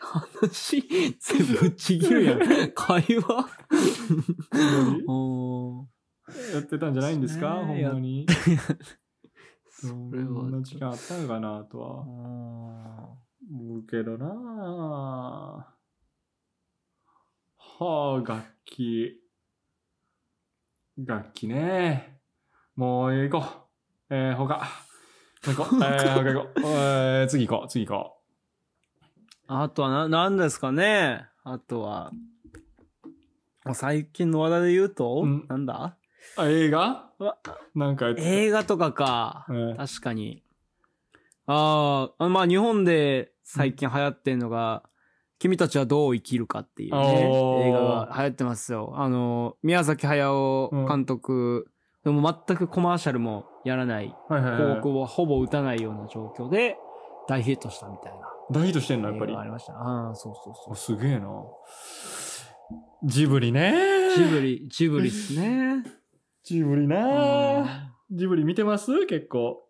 [SPEAKER 3] 話全部ちぎるやん。会
[SPEAKER 2] (laughs)
[SPEAKER 3] 話おー
[SPEAKER 2] やってたんじゃないんですかほ
[SPEAKER 3] ね
[SPEAKER 2] ん
[SPEAKER 3] え
[SPEAKER 2] まに。ど
[SPEAKER 3] れは
[SPEAKER 2] んな時間あったのかなとは思うけどなあはあ、楽器。楽器ね。もう行こう。えー、他。行
[SPEAKER 3] (laughs)
[SPEAKER 2] こう。えー、他行こう。えー、次行こう。次行こ
[SPEAKER 3] あとはな、なんですかねあとは、最近の話題で言うと、
[SPEAKER 2] うん
[SPEAKER 3] なんだ
[SPEAKER 2] う。あ、映画
[SPEAKER 3] うわ
[SPEAKER 2] なんかやってた
[SPEAKER 3] 映画とかか。
[SPEAKER 2] うん
[SPEAKER 3] 確かに。あーあ、まあ日本で最近流行ってんのが、君たちはどう生きるかっていう
[SPEAKER 2] おー
[SPEAKER 3] ね、映画が流行ってますよ。あの、宮崎駿監督、でも全くコマーシャルもやらない、
[SPEAKER 2] はいはい
[SPEAKER 3] 広
[SPEAKER 2] は。
[SPEAKER 3] 告はほぼ打たないような状況で大ヒットしたみたいない
[SPEAKER 2] 大ヒットしてんの、やっ
[SPEAKER 3] 映
[SPEAKER 2] ぱ
[SPEAKER 3] 画
[SPEAKER 2] り
[SPEAKER 3] があ。りました。ああ、そうそうそう
[SPEAKER 2] あ。すげえな。ジブリね。
[SPEAKER 3] ジブリ、ジブリっ
[SPEAKER 2] (laughs)
[SPEAKER 3] すね。
[SPEAKER 2] ジブリ
[SPEAKER 3] うん
[SPEAKER 2] な。ジブリ見てます結構。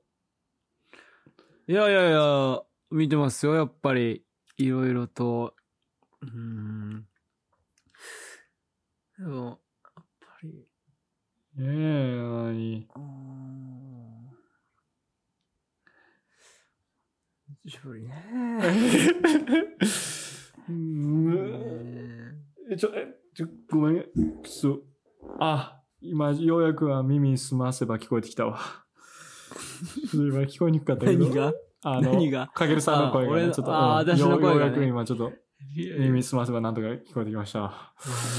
[SPEAKER 3] いやいやいや、見てますよ、やっぱり。いろいろと。うーん。でも、やっぱり。
[SPEAKER 2] ええ何 (laughs)
[SPEAKER 3] うーんジブリ
[SPEAKER 2] (laughs)
[SPEAKER 3] ね。
[SPEAKER 2] うんえちょ、え、ちょ、ごめん、くそ。あ、今、ようやくは耳すませば聞こえてきた
[SPEAKER 3] (laughs)
[SPEAKER 2] わ。今聞こえにくかったけど。
[SPEAKER 3] 何が
[SPEAKER 2] あの、
[SPEAKER 3] 何が
[SPEAKER 2] かけるさんの声が、
[SPEAKER 3] あ俺
[SPEAKER 2] ね、
[SPEAKER 3] の
[SPEAKER 2] ちょっと、
[SPEAKER 3] あ
[SPEAKER 2] うん
[SPEAKER 3] 私の声がね
[SPEAKER 2] ようやく今ちょっと耳
[SPEAKER 3] い
[SPEAKER 2] すませばなんとか聞こえてきました。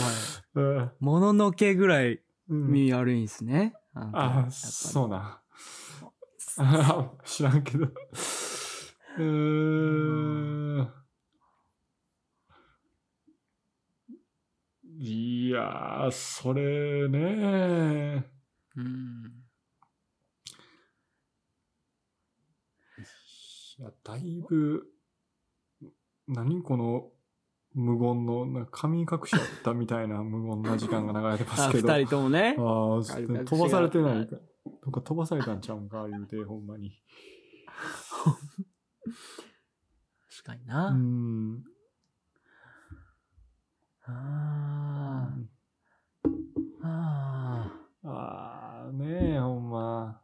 [SPEAKER 2] (laughs) うん。
[SPEAKER 3] もののけぐらい
[SPEAKER 2] うん、
[SPEAKER 3] 耳悪いんですね。なんかやっ
[SPEAKER 2] あ
[SPEAKER 3] ぱ、り
[SPEAKER 2] そうな。 (laughs) あ知らんけど。うーん。いやー、それね
[SPEAKER 3] うん。
[SPEAKER 2] いや、だいぶ、何この無言の、なんか神隠しだったみたいな無言な時間が流れてます
[SPEAKER 3] (laughs) あ、
[SPEAKER 2] けど。
[SPEAKER 3] 二人ともね。
[SPEAKER 2] ああ、ち
[SPEAKER 3] あ
[SPEAKER 2] ょっ
[SPEAKER 3] れ
[SPEAKER 2] と
[SPEAKER 3] 隠しが
[SPEAKER 2] 飛ばされてないか。なんか飛ばされたんちゃうんか、言うて、ほんまに。
[SPEAKER 3] 確かに
[SPEAKER 2] う
[SPEAKER 3] な。
[SPEAKER 2] ん。
[SPEAKER 3] ああ。あ
[SPEAKER 2] ああ、ねえ、ほんま。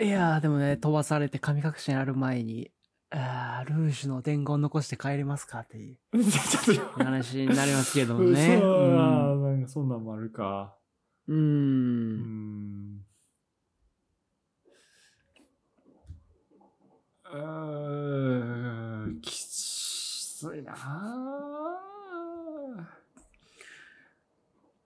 [SPEAKER 3] あ。いやー、でもね、飛ばされて神隠しになる前に、あールージュの伝言残して帰りますかっていう
[SPEAKER 2] (laughs) ちょっと
[SPEAKER 3] 話になりますけども
[SPEAKER 2] 嘘 (laughs)
[SPEAKER 3] ね。
[SPEAKER 2] あーなんかそんなんもあるか。
[SPEAKER 3] う。
[SPEAKER 2] うんん。うーん、きついなあ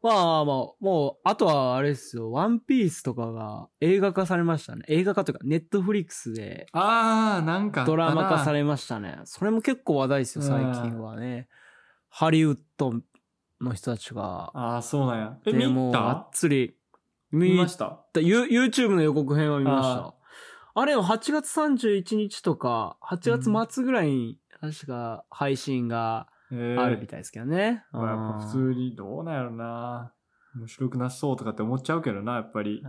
[SPEAKER 3] まあまあ、もう、あとはあれですよ、ワンピースとかが映画化されましたね。映画化というか、ネットフリックスで
[SPEAKER 2] あー、なんかあった
[SPEAKER 3] ド
[SPEAKER 2] な
[SPEAKER 3] ラマ化されましたね。それも結構話題ですよ、最近はね。ハリウッドの人たちが。
[SPEAKER 2] ああ、そうなんや。え、
[SPEAKER 3] でも
[SPEAKER 2] 見
[SPEAKER 3] うがったつり。
[SPEAKER 2] 見
[SPEAKER 3] 見
[SPEAKER 2] ました。
[SPEAKER 3] た。ユ YouTube の予告編は見まし
[SPEAKER 2] あ
[SPEAKER 3] た。あれを8月31日とか、8月末ぐらいに、確か配信が
[SPEAKER 2] え
[SPEAKER 3] あるみ
[SPEAKER 2] ー、
[SPEAKER 3] たいですけどね。
[SPEAKER 2] まあやっぱ普
[SPEAKER 3] うん
[SPEAKER 2] 通にどうなんやろな。面白くなさそうとかって思っちゃうけどな、やっぱり。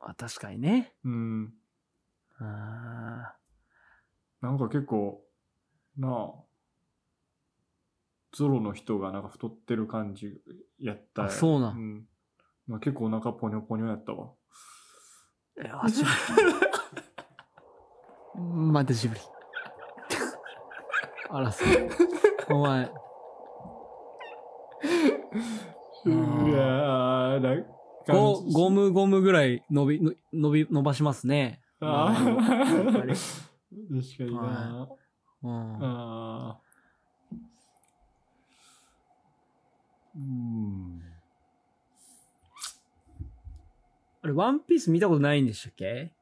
[SPEAKER 3] あ確かにね。
[SPEAKER 2] うん。
[SPEAKER 3] あ
[SPEAKER 2] なんか結構、なあ、ゾロの人がなんか太ってる感じやった
[SPEAKER 3] あそうなん
[SPEAKER 2] ん。まあ、結構お腹ポニョポニョやったわ。
[SPEAKER 3] ー
[SPEAKER 2] (laughs)
[SPEAKER 3] えマジまたジブリ。 (laughs) あらそう。お
[SPEAKER 2] (laughs)
[SPEAKER 3] 前。
[SPEAKER 2] う
[SPEAKER 3] う
[SPEAKER 2] や
[SPEAKER 3] ん
[SPEAKER 2] ー、なんか。
[SPEAKER 3] ゴゴムゴムぐらい伸び、の伸び、伸ばしますね。
[SPEAKER 2] あ
[SPEAKER 3] うんやっぱり
[SPEAKER 2] ー確かにな。
[SPEAKER 3] うん
[SPEAKER 2] あーうん。
[SPEAKER 3] あれ、ワンピース見たことないんでしたっけ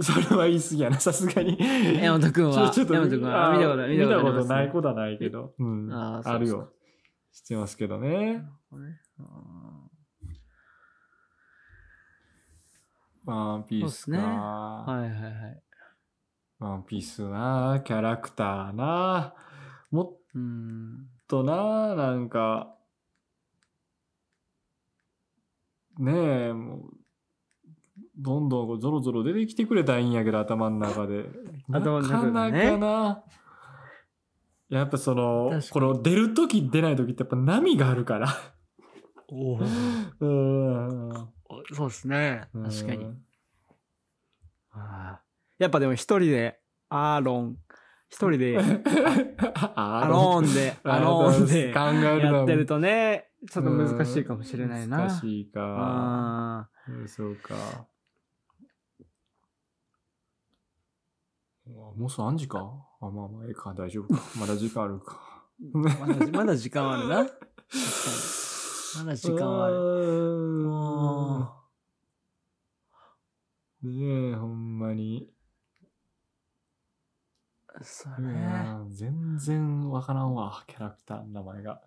[SPEAKER 2] それは言い過ぎやな、さすがに。
[SPEAKER 3] 山本君は、
[SPEAKER 2] ちょちょっと
[SPEAKER 3] 山本君は
[SPEAKER 2] あー
[SPEAKER 3] 見たことない。
[SPEAKER 2] 見たことな
[SPEAKER 3] あり
[SPEAKER 2] いことはないけど。うん。
[SPEAKER 3] あ
[SPEAKER 2] あ
[SPEAKER 3] ーそ
[SPEAKER 2] る
[SPEAKER 3] うですか
[SPEAKER 2] よ。してますけど
[SPEAKER 3] ます
[SPEAKER 2] ね
[SPEAKER 3] ね。なるほどねうん
[SPEAKER 2] ワンピース
[SPEAKER 3] そうっすね
[SPEAKER 2] か。
[SPEAKER 3] はいはいはい。
[SPEAKER 2] ワンピースな、キャラクターな、もっ
[SPEAKER 3] うん。
[SPEAKER 2] とな、なんか、ねえ、もう、どんどんこうゾロゾロ出てきてくれたらいいんやけど、頭の中で。な
[SPEAKER 3] (laughs) 頭の
[SPEAKER 2] か
[SPEAKER 3] 中
[SPEAKER 2] な
[SPEAKER 3] でね
[SPEAKER 2] かな。やっぱその
[SPEAKER 3] 確、か
[SPEAKER 2] こ
[SPEAKER 3] に
[SPEAKER 2] の出るとき出ないときってやっぱ波があるから。
[SPEAKER 3] お
[SPEAKER 2] うーん。
[SPEAKER 3] そうですね。確か
[SPEAKER 2] う
[SPEAKER 3] に。
[SPEAKER 2] ん。
[SPEAKER 3] あーやっぱでも一人で、アーロン、一人で、ア
[SPEAKER 2] ア
[SPEAKER 3] ローンで、アローンで、
[SPEAKER 2] 考えるの
[SPEAKER 3] や
[SPEAKER 2] は
[SPEAKER 3] ってるとね、ちょっと難しいかもしれないな。
[SPEAKER 2] 難しいか。
[SPEAKER 3] あ
[SPEAKER 2] うんそうか。うわもう3時かあ、まあまあ、ええか、大丈夫か。まだ時間あるか。
[SPEAKER 3] ーまだまだ時間はあるな。まだ時間はある
[SPEAKER 2] うーん。ねえ、ほんまに。
[SPEAKER 3] そう
[SPEAKER 2] い
[SPEAKER 3] ね。
[SPEAKER 2] やー全然わからんわ、キャラクターの名前が。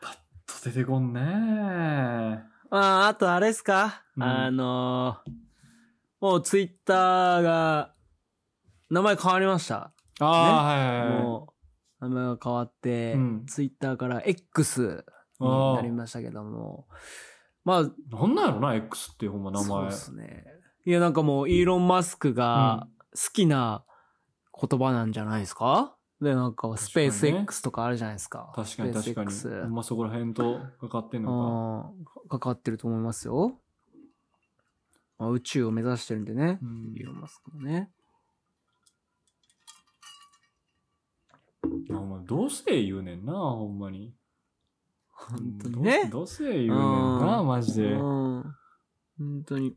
[SPEAKER 2] パッと出てこんねー。
[SPEAKER 3] あーあとあれですか、
[SPEAKER 2] うん
[SPEAKER 3] あのーもうツイッターが、名前変わりました。
[SPEAKER 2] ああ、はいはいはい。
[SPEAKER 3] もう、名前が変わって、
[SPEAKER 2] うん
[SPEAKER 3] ツイッターから X に
[SPEAKER 2] あ
[SPEAKER 3] なりましたけども、まあ、
[SPEAKER 2] あ、なんなんやろな、X っていうほんま名
[SPEAKER 3] そう
[SPEAKER 2] 前。
[SPEAKER 3] ですね。いや、なんかもう、イーロン・マスクが好きな言葉なんじゃないですか、で、なんか、スペース
[SPEAKER 2] 確かにね
[SPEAKER 3] X とかあるじゃないですか。
[SPEAKER 2] 確かに確かに。
[SPEAKER 3] スペース
[SPEAKER 2] ほん
[SPEAKER 3] X。
[SPEAKER 2] まそこら辺とかかってんの
[SPEAKER 3] うんかかってると思いますよ。まあ、宇宙を目指してるんで
[SPEAKER 2] か。
[SPEAKER 3] ね
[SPEAKER 2] う。ん
[SPEAKER 3] イーロン・マスクもね。
[SPEAKER 2] あほんまどうせ言うねんな、ほんまに。
[SPEAKER 3] 本当にね。
[SPEAKER 2] どうせどうせ言うねんな、
[SPEAKER 3] う
[SPEAKER 2] マジ
[SPEAKER 3] う
[SPEAKER 2] で
[SPEAKER 3] ん。。本当に。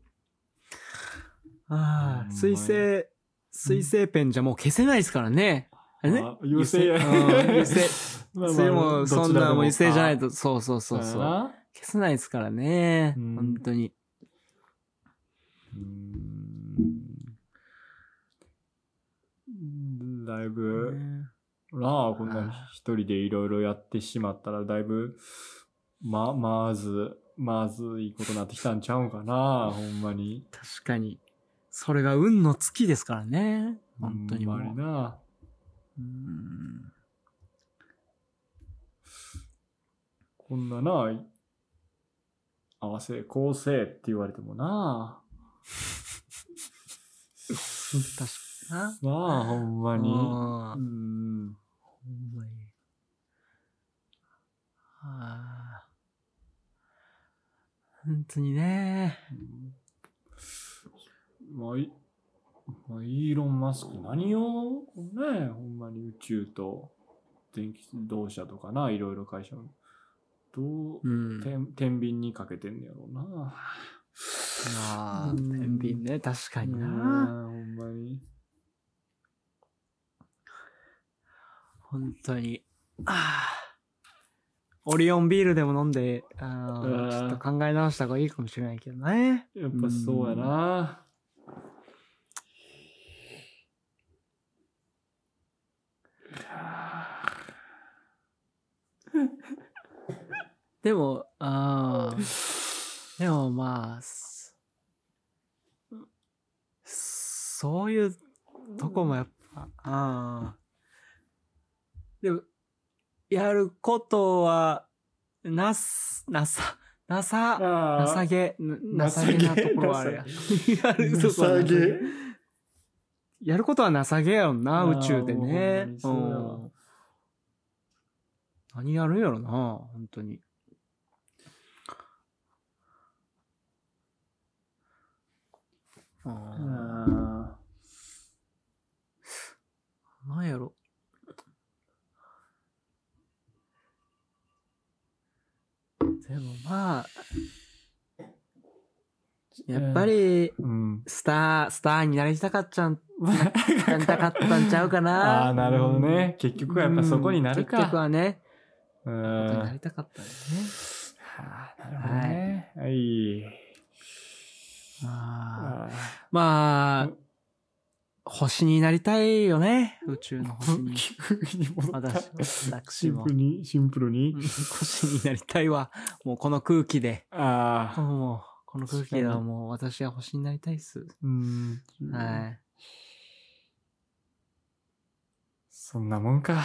[SPEAKER 3] ああ、
[SPEAKER 2] ほんま
[SPEAKER 3] 水
[SPEAKER 2] に
[SPEAKER 3] 星、水星ペンじゃもう消せないですからね。あれね
[SPEAKER 2] あ優勢や。
[SPEAKER 3] うん優勢。
[SPEAKER 2] (laughs) まあまあ
[SPEAKER 3] それも、そんなもう異性じゃない。
[SPEAKER 2] ど
[SPEAKER 3] と、そうそう
[SPEAKER 2] ち
[SPEAKER 3] そ
[SPEAKER 2] ら
[SPEAKER 3] う
[SPEAKER 2] でも
[SPEAKER 3] そう。
[SPEAKER 2] さ
[SPEAKER 3] 消
[SPEAKER 2] やな
[SPEAKER 3] せないですからね。
[SPEAKER 2] うん
[SPEAKER 3] 本当に。
[SPEAKER 2] うーんだいぶ、なあ、こんな一人でいろいろやってしまったら、だいぶ、ま、まず、まずいことになってきたんちゃうんかな、ほんまに。
[SPEAKER 3] 確かに。それが運の月ですからね。本当に
[SPEAKER 2] ほ
[SPEAKER 3] もうん
[SPEAKER 2] まにな。
[SPEAKER 3] うん
[SPEAKER 2] こんなな、合わせ、構成って言われてもな。
[SPEAKER 3] (laughs) 確かにな。
[SPEAKER 2] なあ、ほんまに。
[SPEAKER 3] あー
[SPEAKER 2] うん。
[SPEAKER 3] ほんまにあー本当にね。
[SPEAKER 2] まあ、いまあ、イーロン・マスク、何を、ね、ほんまに宇宙と電気自動車とかな、いろいろ会社のどう、
[SPEAKER 3] うん。
[SPEAKER 2] てん、天秤にかけてんねやろうな。
[SPEAKER 3] ああ、
[SPEAKER 2] うん
[SPEAKER 3] 天秤ね。確かにな。
[SPEAKER 2] なほんまに。
[SPEAKER 3] 本当に。ああ。オリオンビールでも飲んで、あ
[SPEAKER 2] うん
[SPEAKER 3] ーちょっと考え直した方がいいかもしれないけどね。
[SPEAKER 2] やっぱそうやな。
[SPEAKER 3] でも、ああ。でもまあ、すそういうとこもやっぱ、ああ。でも、やることは、なす、なさ、なさ、
[SPEAKER 2] あ
[SPEAKER 3] な
[SPEAKER 2] あ
[SPEAKER 3] さげ、な
[SPEAKER 2] 情け
[SPEAKER 3] 情けなところはあ (laughs) るやん。やる
[SPEAKER 2] 情
[SPEAKER 3] そうそう
[SPEAKER 2] け
[SPEAKER 3] やることは情けやろな、
[SPEAKER 2] あー
[SPEAKER 3] 宇宙でね。う
[SPEAKER 2] ほんまにそうやわ
[SPEAKER 3] ん。何やるんやろな、本当に。あ
[SPEAKER 2] あ
[SPEAKER 3] ーなんやろ。でもまあ、やっぱり、
[SPEAKER 2] ーうん。
[SPEAKER 3] スター、スターになりたかっちゃん、なりたかったんちゃうかな。
[SPEAKER 2] (laughs) ああ、なるほどね。結局はやっぱそこになるか。
[SPEAKER 3] うん結局はね、
[SPEAKER 2] う
[SPEAKER 3] ここになんり。たかったんだね。
[SPEAKER 2] はあ、なるほどね。はい。
[SPEAKER 3] あー
[SPEAKER 2] あ
[SPEAKER 3] まあ
[SPEAKER 2] う、
[SPEAKER 3] 星になりたいよね。宇宙の星
[SPEAKER 2] ー
[SPEAKER 3] に。
[SPEAKER 2] 急に戻った。
[SPEAKER 3] 私、
[SPEAKER 2] シ
[SPEAKER 3] 私
[SPEAKER 2] ン
[SPEAKER 3] も
[SPEAKER 2] プル。に、シンプルに
[SPEAKER 3] うん。 (laughs) 星になりたいわ。もうこの空気で。
[SPEAKER 2] ああ、
[SPEAKER 3] もう、この空気ではもう私は星になりたいっす。
[SPEAKER 2] うん。
[SPEAKER 3] はい。
[SPEAKER 2] そんなもんか。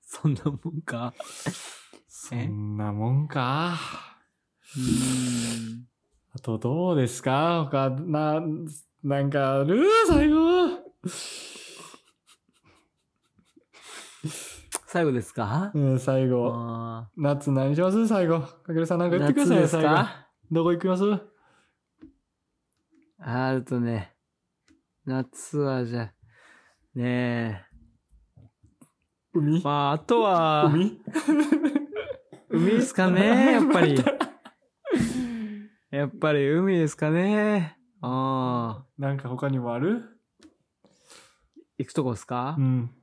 [SPEAKER 3] そんなもんか。
[SPEAKER 2] そんなもんか。
[SPEAKER 3] うーん。
[SPEAKER 2] あとどうですか他、な、なんかある最後。
[SPEAKER 3] 最後ですか
[SPEAKER 2] うん、最後。
[SPEAKER 3] あ
[SPEAKER 2] 夏何します最後。かけるさんなんか
[SPEAKER 3] ー
[SPEAKER 2] 言ってくだ
[SPEAKER 3] 夏
[SPEAKER 2] さい
[SPEAKER 3] で
[SPEAKER 2] よ、
[SPEAKER 3] す
[SPEAKER 2] 最後。
[SPEAKER 3] か
[SPEAKER 2] どこ行きます
[SPEAKER 3] あるとね、夏はじゃ、ね
[SPEAKER 2] 海
[SPEAKER 3] え。まあ、あとは、
[SPEAKER 2] 海
[SPEAKER 3] (laughs) 海ですかねやっぱ
[SPEAKER 2] (laughs)
[SPEAKER 3] り。やっぱり海ですかねああ。
[SPEAKER 2] なんか他にもある
[SPEAKER 3] 行くとこですか、
[SPEAKER 2] うん。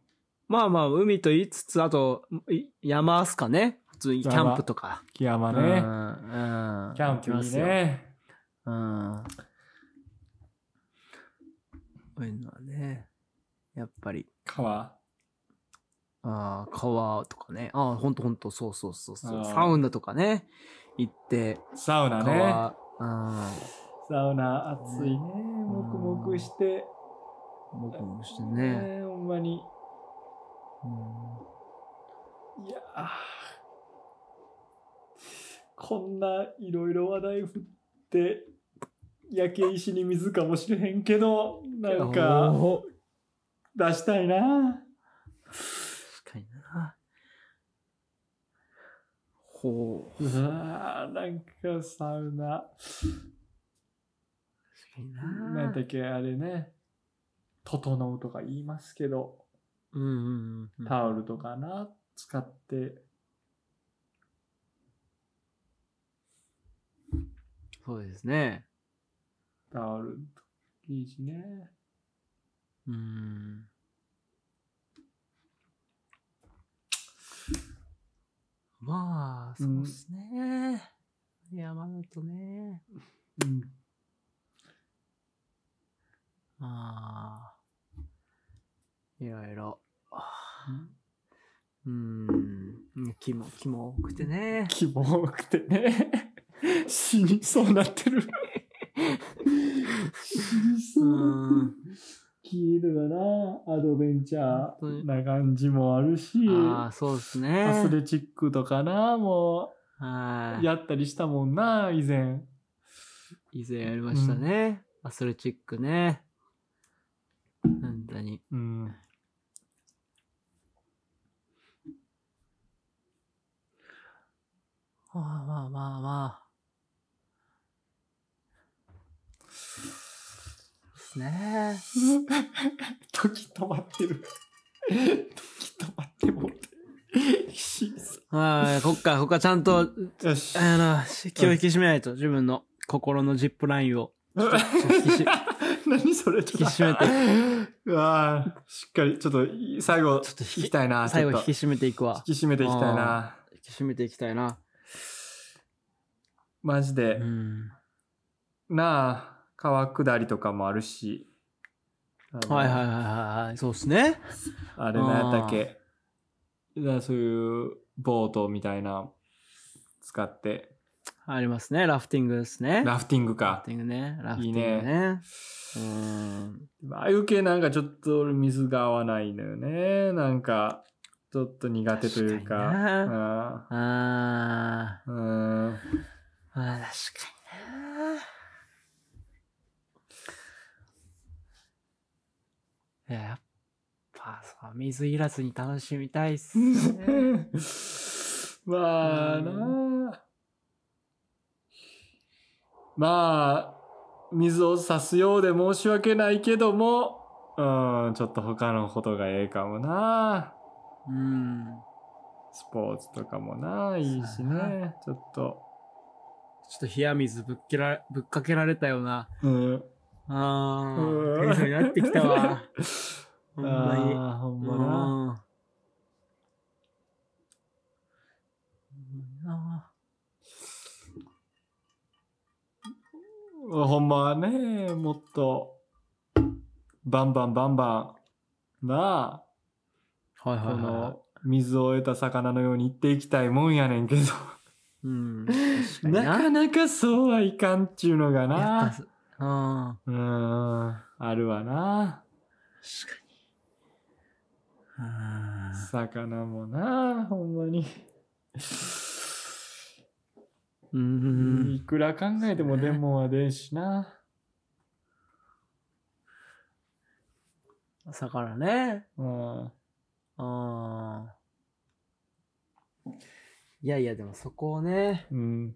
[SPEAKER 3] まあまあ、海と言いつつ、あと、い山っすかね普通にキャンプとか。
[SPEAKER 2] 木山
[SPEAKER 3] うん
[SPEAKER 2] ね。
[SPEAKER 3] うん。
[SPEAKER 2] キャンプ
[SPEAKER 3] 行きま
[SPEAKER 2] いい
[SPEAKER 3] すよ
[SPEAKER 2] ね。
[SPEAKER 3] うん。こういうのはね、やっぱり、
[SPEAKER 2] 川。
[SPEAKER 3] ああ、川とかね。ああ、ほんとほんと、そうそうそうそ
[SPEAKER 2] あ
[SPEAKER 3] う。
[SPEAKER 2] ー
[SPEAKER 3] サウナとかね、行って、
[SPEAKER 2] サウナね。
[SPEAKER 3] 川、うん。
[SPEAKER 2] サウナ暑いね。もくもくして。
[SPEAKER 3] 僕もしてね。
[SPEAKER 2] ねえほんまに。
[SPEAKER 3] うん
[SPEAKER 2] いやーこんないろいろ話題振って焼け石に水かもしれへんけどなんか
[SPEAKER 3] お
[SPEAKER 2] 出したいな
[SPEAKER 3] 確かにな。ほう。
[SPEAKER 2] うわーなんかサウナ
[SPEAKER 3] 確かに
[SPEAKER 2] なん
[SPEAKER 3] な。
[SPEAKER 2] だっけあれね「整う」とか言いますけど
[SPEAKER 3] うんうんうん。
[SPEAKER 2] タオルとかな使って
[SPEAKER 3] そうですね。
[SPEAKER 2] タオルといいしね
[SPEAKER 3] うん。まあ、そうですね。山だとね。
[SPEAKER 2] うん
[SPEAKER 3] まあ、いろいろ。うん。木も、木も多くてね。
[SPEAKER 2] 気も多くてね死にそうになってる死にそうになってる消えるがなアドベンチャ
[SPEAKER 3] 本当に
[SPEAKER 2] ーな感じもあるし
[SPEAKER 3] ああ、そうですね。
[SPEAKER 2] アスレチックとかなも
[SPEAKER 3] は
[SPEAKER 2] う
[SPEAKER 3] い。
[SPEAKER 2] やったりしたもんな以前
[SPEAKER 3] 以前やりましたね。アスレチックね。本当に。
[SPEAKER 2] うん
[SPEAKER 3] まあまあまあまあ。ですね。
[SPEAKER 2] (laughs) 時止まってる時止まってもうて死にそ
[SPEAKER 3] はい、こっから、こっからちゃんと、
[SPEAKER 2] うよし
[SPEAKER 3] あの、気を引き締めないと、自分の心のジップラインを。
[SPEAKER 2] (laughs)
[SPEAKER 3] し
[SPEAKER 2] 何それちょっと
[SPEAKER 3] 引き締
[SPEAKER 2] (laughs) うわーしっかりちょっとい最後
[SPEAKER 3] ちょっと引き
[SPEAKER 2] 引きたいな
[SPEAKER 3] 最後
[SPEAKER 2] ちょ
[SPEAKER 3] 引
[SPEAKER 2] っ
[SPEAKER 3] き
[SPEAKER 2] と
[SPEAKER 3] 締めていくわ。
[SPEAKER 2] 引き締めていきたいな
[SPEAKER 3] 引き締めていきたいな。
[SPEAKER 2] マジで、
[SPEAKER 3] うん。
[SPEAKER 2] なあ川下りとかもあるしあの
[SPEAKER 3] はいはいはいはいはい。そうですね。
[SPEAKER 2] あれなんやったっけだからそういうボートみたいな使って
[SPEAKER 3] ありますね。ラフティングですね。
[SPEAKER 2] ラフティング
[SPEAKER 3] ラ
[SPEAKER 2] か
[SPEAKER 3] フティングね。ラフテ
[SPEAKER 2] いい
[SPEAKER 3] ィングね。
[SPEAKER 2] ね
[SPEAKER 3] うん。
[SPEAKER 2] ああいう系なんかちょっと俺水が合わないのよねなんかちょっと苦手というか
[SPEAKER 3] 確かに
[SPEAKER 2] あ
[SPEAKER 3] あ
[SPEAKER 2] あ
[SPEAKER 3] ー。
[SPEAKER 2] うん (laughs)
[SPEAKER 3] あー確かにな。いややっぱさ、水いらずに楽しみたいっすね。
[SPEAKER 2] まあなあまあ水を差すようで申し訳ないけどもうんちょっと他のことがええかもな
[SPEAKER 3] うん。
[SPEAKER 2] スポーツとかもないいしねちょっと
[SPEAKER 3] ちょっと冷や水ぶっけら、ぶっかけられたような。
[SPEAKER 2] うん
[SPEAKER 3] あ
[SPEAKER 2] うん
[SPEAKER 3] あ、テンションになってきた
[SPEAKER 2] (laughs)
[SPEAKER 3] わ。ほんまに。
[SPEAKER 2] ああほんまな
[SPEAKER 3] まあ。
[SPEAKER 2] ほんまはね、もっと、バンバンバンバン、な
[SPEAKER 3] はい
[SPEAKER 2] あ、こ
[SPEAKER 3] はいはい。
[SPEAKER 2] の、水を得た魚のように生っていきたいもんやねんけど、
[SPEAKER 3] うん。
[SPEAKER 2] (laughs) なかなかそうはいかんっちゅうのが
[SPEAKER 3] やっ
[SPEAKER 2] な
[SPEAKER 3] ぱ、あ
[SPEAKER 2] うーん、あるわな。
[SPEAKER 3] あ。ああ
[SPEAKER 2] 魚もな、ほんまに。
[SPEAKER 3] う
[SPEAKER 2] い
[SPEAKER 3] ん。
[SPEAKER 2] くら考えても
[SPEAKER 3] そうね
[SPEAKER 2] デモは出んしな。
[SPEAKER 3] 朝からね。
[SPEAKER 2] うん。
[SPEAKER 3] ああ。いやいや、でもそこをね、
[SPEAKER 2] うん。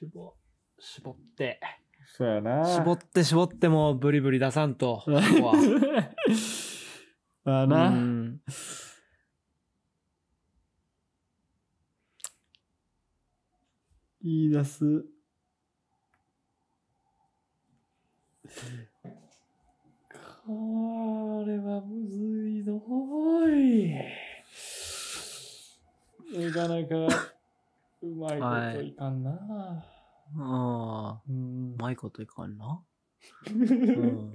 [SPEAKER 3] 絞、絞って、
[SPEAKER 2] そうやな。
[SPEAKER 3] 絞って絞ってもブリブリ出さんと、そこ (laughs) は。
[SPEAKER 2] (laughs) まあ
[SPEAKER 3] う
[SPEAKER 2] な。
[SPEAKER 3] ん
[SPEAKER 2] 言い出す。これはむずいぞーい。なかなかうまいこといかんな。
[SPEAKER 3] ああ。
[SPEAKER 2] うん
[SPEAKER 3] う。まいこといかんな。
[SPEAKER 2] うん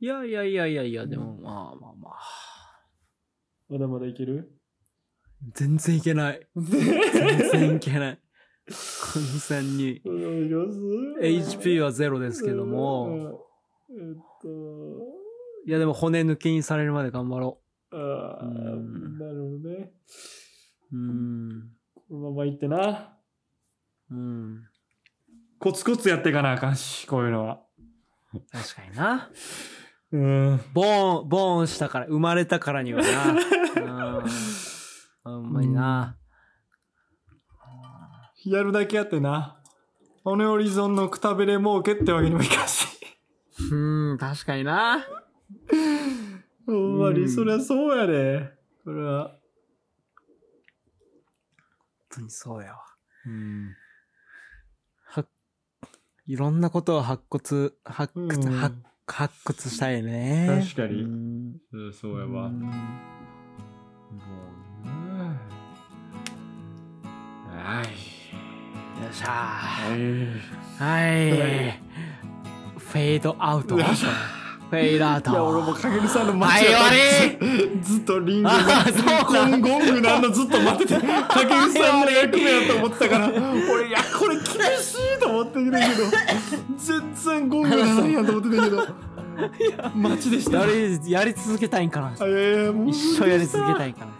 [SPEAKER 3] いやいやいやいやいや、でもまあまあまあ。
[SPEAKER 2] まだまだいける
[SPEAKER 3] 全然いけない。全然いけない。
[SPEAKER 2] (laughs)
[SPEAKER 3] 小木さんに。
[SPEAKER 2] お願いします
[SPEAKER 3] HP
[SPEAKER 2] は
[SPEAKER 3] はゼロですけども。。
[SPEAKER 2] うんえっと、
[SPEAKER 3] いやでも骨抜きにされるまで頑張ろ
[SPEAKER 2] ああ、
[SPEAKER 3] うん
[SPEAKER 2] なるほどね。
[SPEAKER 3] う。うん。
[SPEAKER 2] このままいってな。
[SPEAKER 3] うん。
[SPEAKER 2] コツコツやっていかなあかんし、こういうのは。
[SPEAKER 3] 確かにな。
[SPEAKER 2] うん。
[SPEAKER 3] ボーン、ボーンしたから、生まれたからには (laughs) な。うん。ほんまにな。
[SPEAKER 2] やるだけやってな。骨折り損のくたびれ儲けってわけにもいかん (laughs) し。
[SPEAKER 3] うん、確かにな。
[SPEAKER 2] ほんま
[SPEAKER 3] う
[SPEAKER 2] に、
[SPEAKER 3] ん
[SPEAKER 2] そりゃそうやで。これは。
[SPEAKER 3] 本当にそうやわ。
[SPEAKER 2] うん。
[SPEAKER 3] は、いろんなことを発掘、発
[SPEAKER 2] うん
[SPEAKER 3] 掘、発、発掘したいね。
[SPEAKER 2] 確かに
[SPEAKER 3] うん
[SPEAKER 2] そうや
[SPEAKER 3] う
[SPEAKER 2] わ。も
[SPEAKER 3] ん
[SPEAKER 2] うね。はい。
[SPEAKER 3] よっしゃ
[SPEAKER 2] はい。
[SPEAKER 3] ー。はい。フェードアウト。フ
[SPEAKER 2] よっしゃ
[SPEAKER 3] ェードアウト。
[SPEAKER 2] いや、俺もかげるさんの
[SPEAKER 3] はい
[SPEAKER 2] ずずっとリング
[SPEAKER 3] あ
[SPEAKER 2] が
[SPEAKER 3] ーそうなん
[SPEAKER 2] ゴングなんのずっと待ってて、かけるさんの役目やと思ってたから、俺、いや、これ厳しいと思ってるけど、全然ゴングならんやと思ってたけど、待ちでした。
[SPEAKER 3] やり、やり続けたいんかな。
[SPEAKER 2] あいやいやもう
[SPEAKER 3] 一生やり続けたいんかな。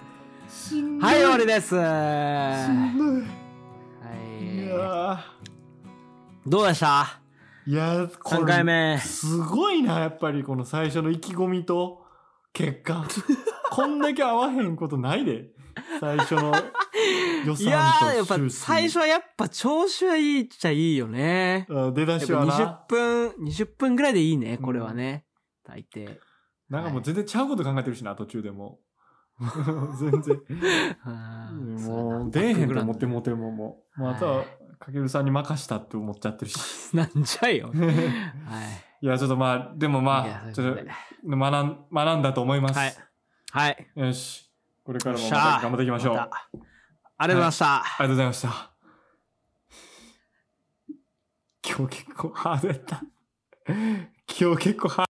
[SPEAKER 2] しんど
[SPEAKER 3] はい、終わり
[SPEAKER 2] だ。
[SPEAKER 3] (laughs) です。
[SPEAKER 2] しん
[SPEAKER 3] は
[SPEAKER 2] どい。い
[SPEAKER 3] い。
[SPEAKER 2] や
[SPEAKER 3] どうでした
[SPEAKER 2] ー、いやーこれ
[SPEAKER 3] ?3 回目。
[SPEAKER 2] すごいな、やっぱりこの最初の意気込みと結果。こんだけ合わへんことないで。最初の予
[SPEAKER 3] いや
[SPEAKER 2] 算と
[SPEAKER 3] ー、やっぱ
[SPEAKER 2] 収支
[SPEAKER 3] 最初はやっぱ調子はいいっちゃいいよね。
[SPEAKER 2] あ出だ
[SPEAKER 3] やっ
[SPEAKER 2] し
[SPEAKER 3] ぱ
[SPEAKER 2] は
[SPEAKER 3] 20
[SPEAKER 2] な。
[SPEAKER 3] 分、20分ぐらいでいいね、これはね。大抵。
[SPEAKER 2] なんかもう全然ちゃうこと考えてるしな、途中で
[SPEAKER 3] (laughs)
[SPEAKER 2] も。全然。
[SPEAKER 3] あーそうや
[SPEAKER 2] も
[SPEAKER 3] な
[SPEAKER 2] う出えへんと
[SPEAKER 3] バックグラウン
[SPEAKER 2] 思
[SPEAKER 3] ド
[SPEAKER 2] ってもうてももう。もうあと
[SPEAKER 3] は、
[SPEAKER 2] はいかけるさんに任したって思っちゃってるし。
[SPEAKER 3] (laughs) (laughs) なんじゃいよ。はい。
[SPEAKER 2] いや、ちょっとまあ、でも
[SPEAKER 3] いや
[SPEAKER 2] まあ、ち
[SPEAKER 3] そうい
[SPEAKER 2] ょ
[SPEAKER 3] う
[SPEAKER 2] っ
[SPEAKER 3] こととで
[SPEAKER 2] 学ん学んだと思います。
[SPEAKER 3] はい。はい。
[SPEAKER 2] よし。これからもま
[SPEAKER 3] よっしゃ
[SPEAKER 2] た頑張っていきましょう。
[SPEAKER 3] ま
[SPEAKER 2] あ
[SPEAKER 3] たありがとうございました。
[SPEAKER 2] りがとうございました。今日結構ハードやった。今日結構ハード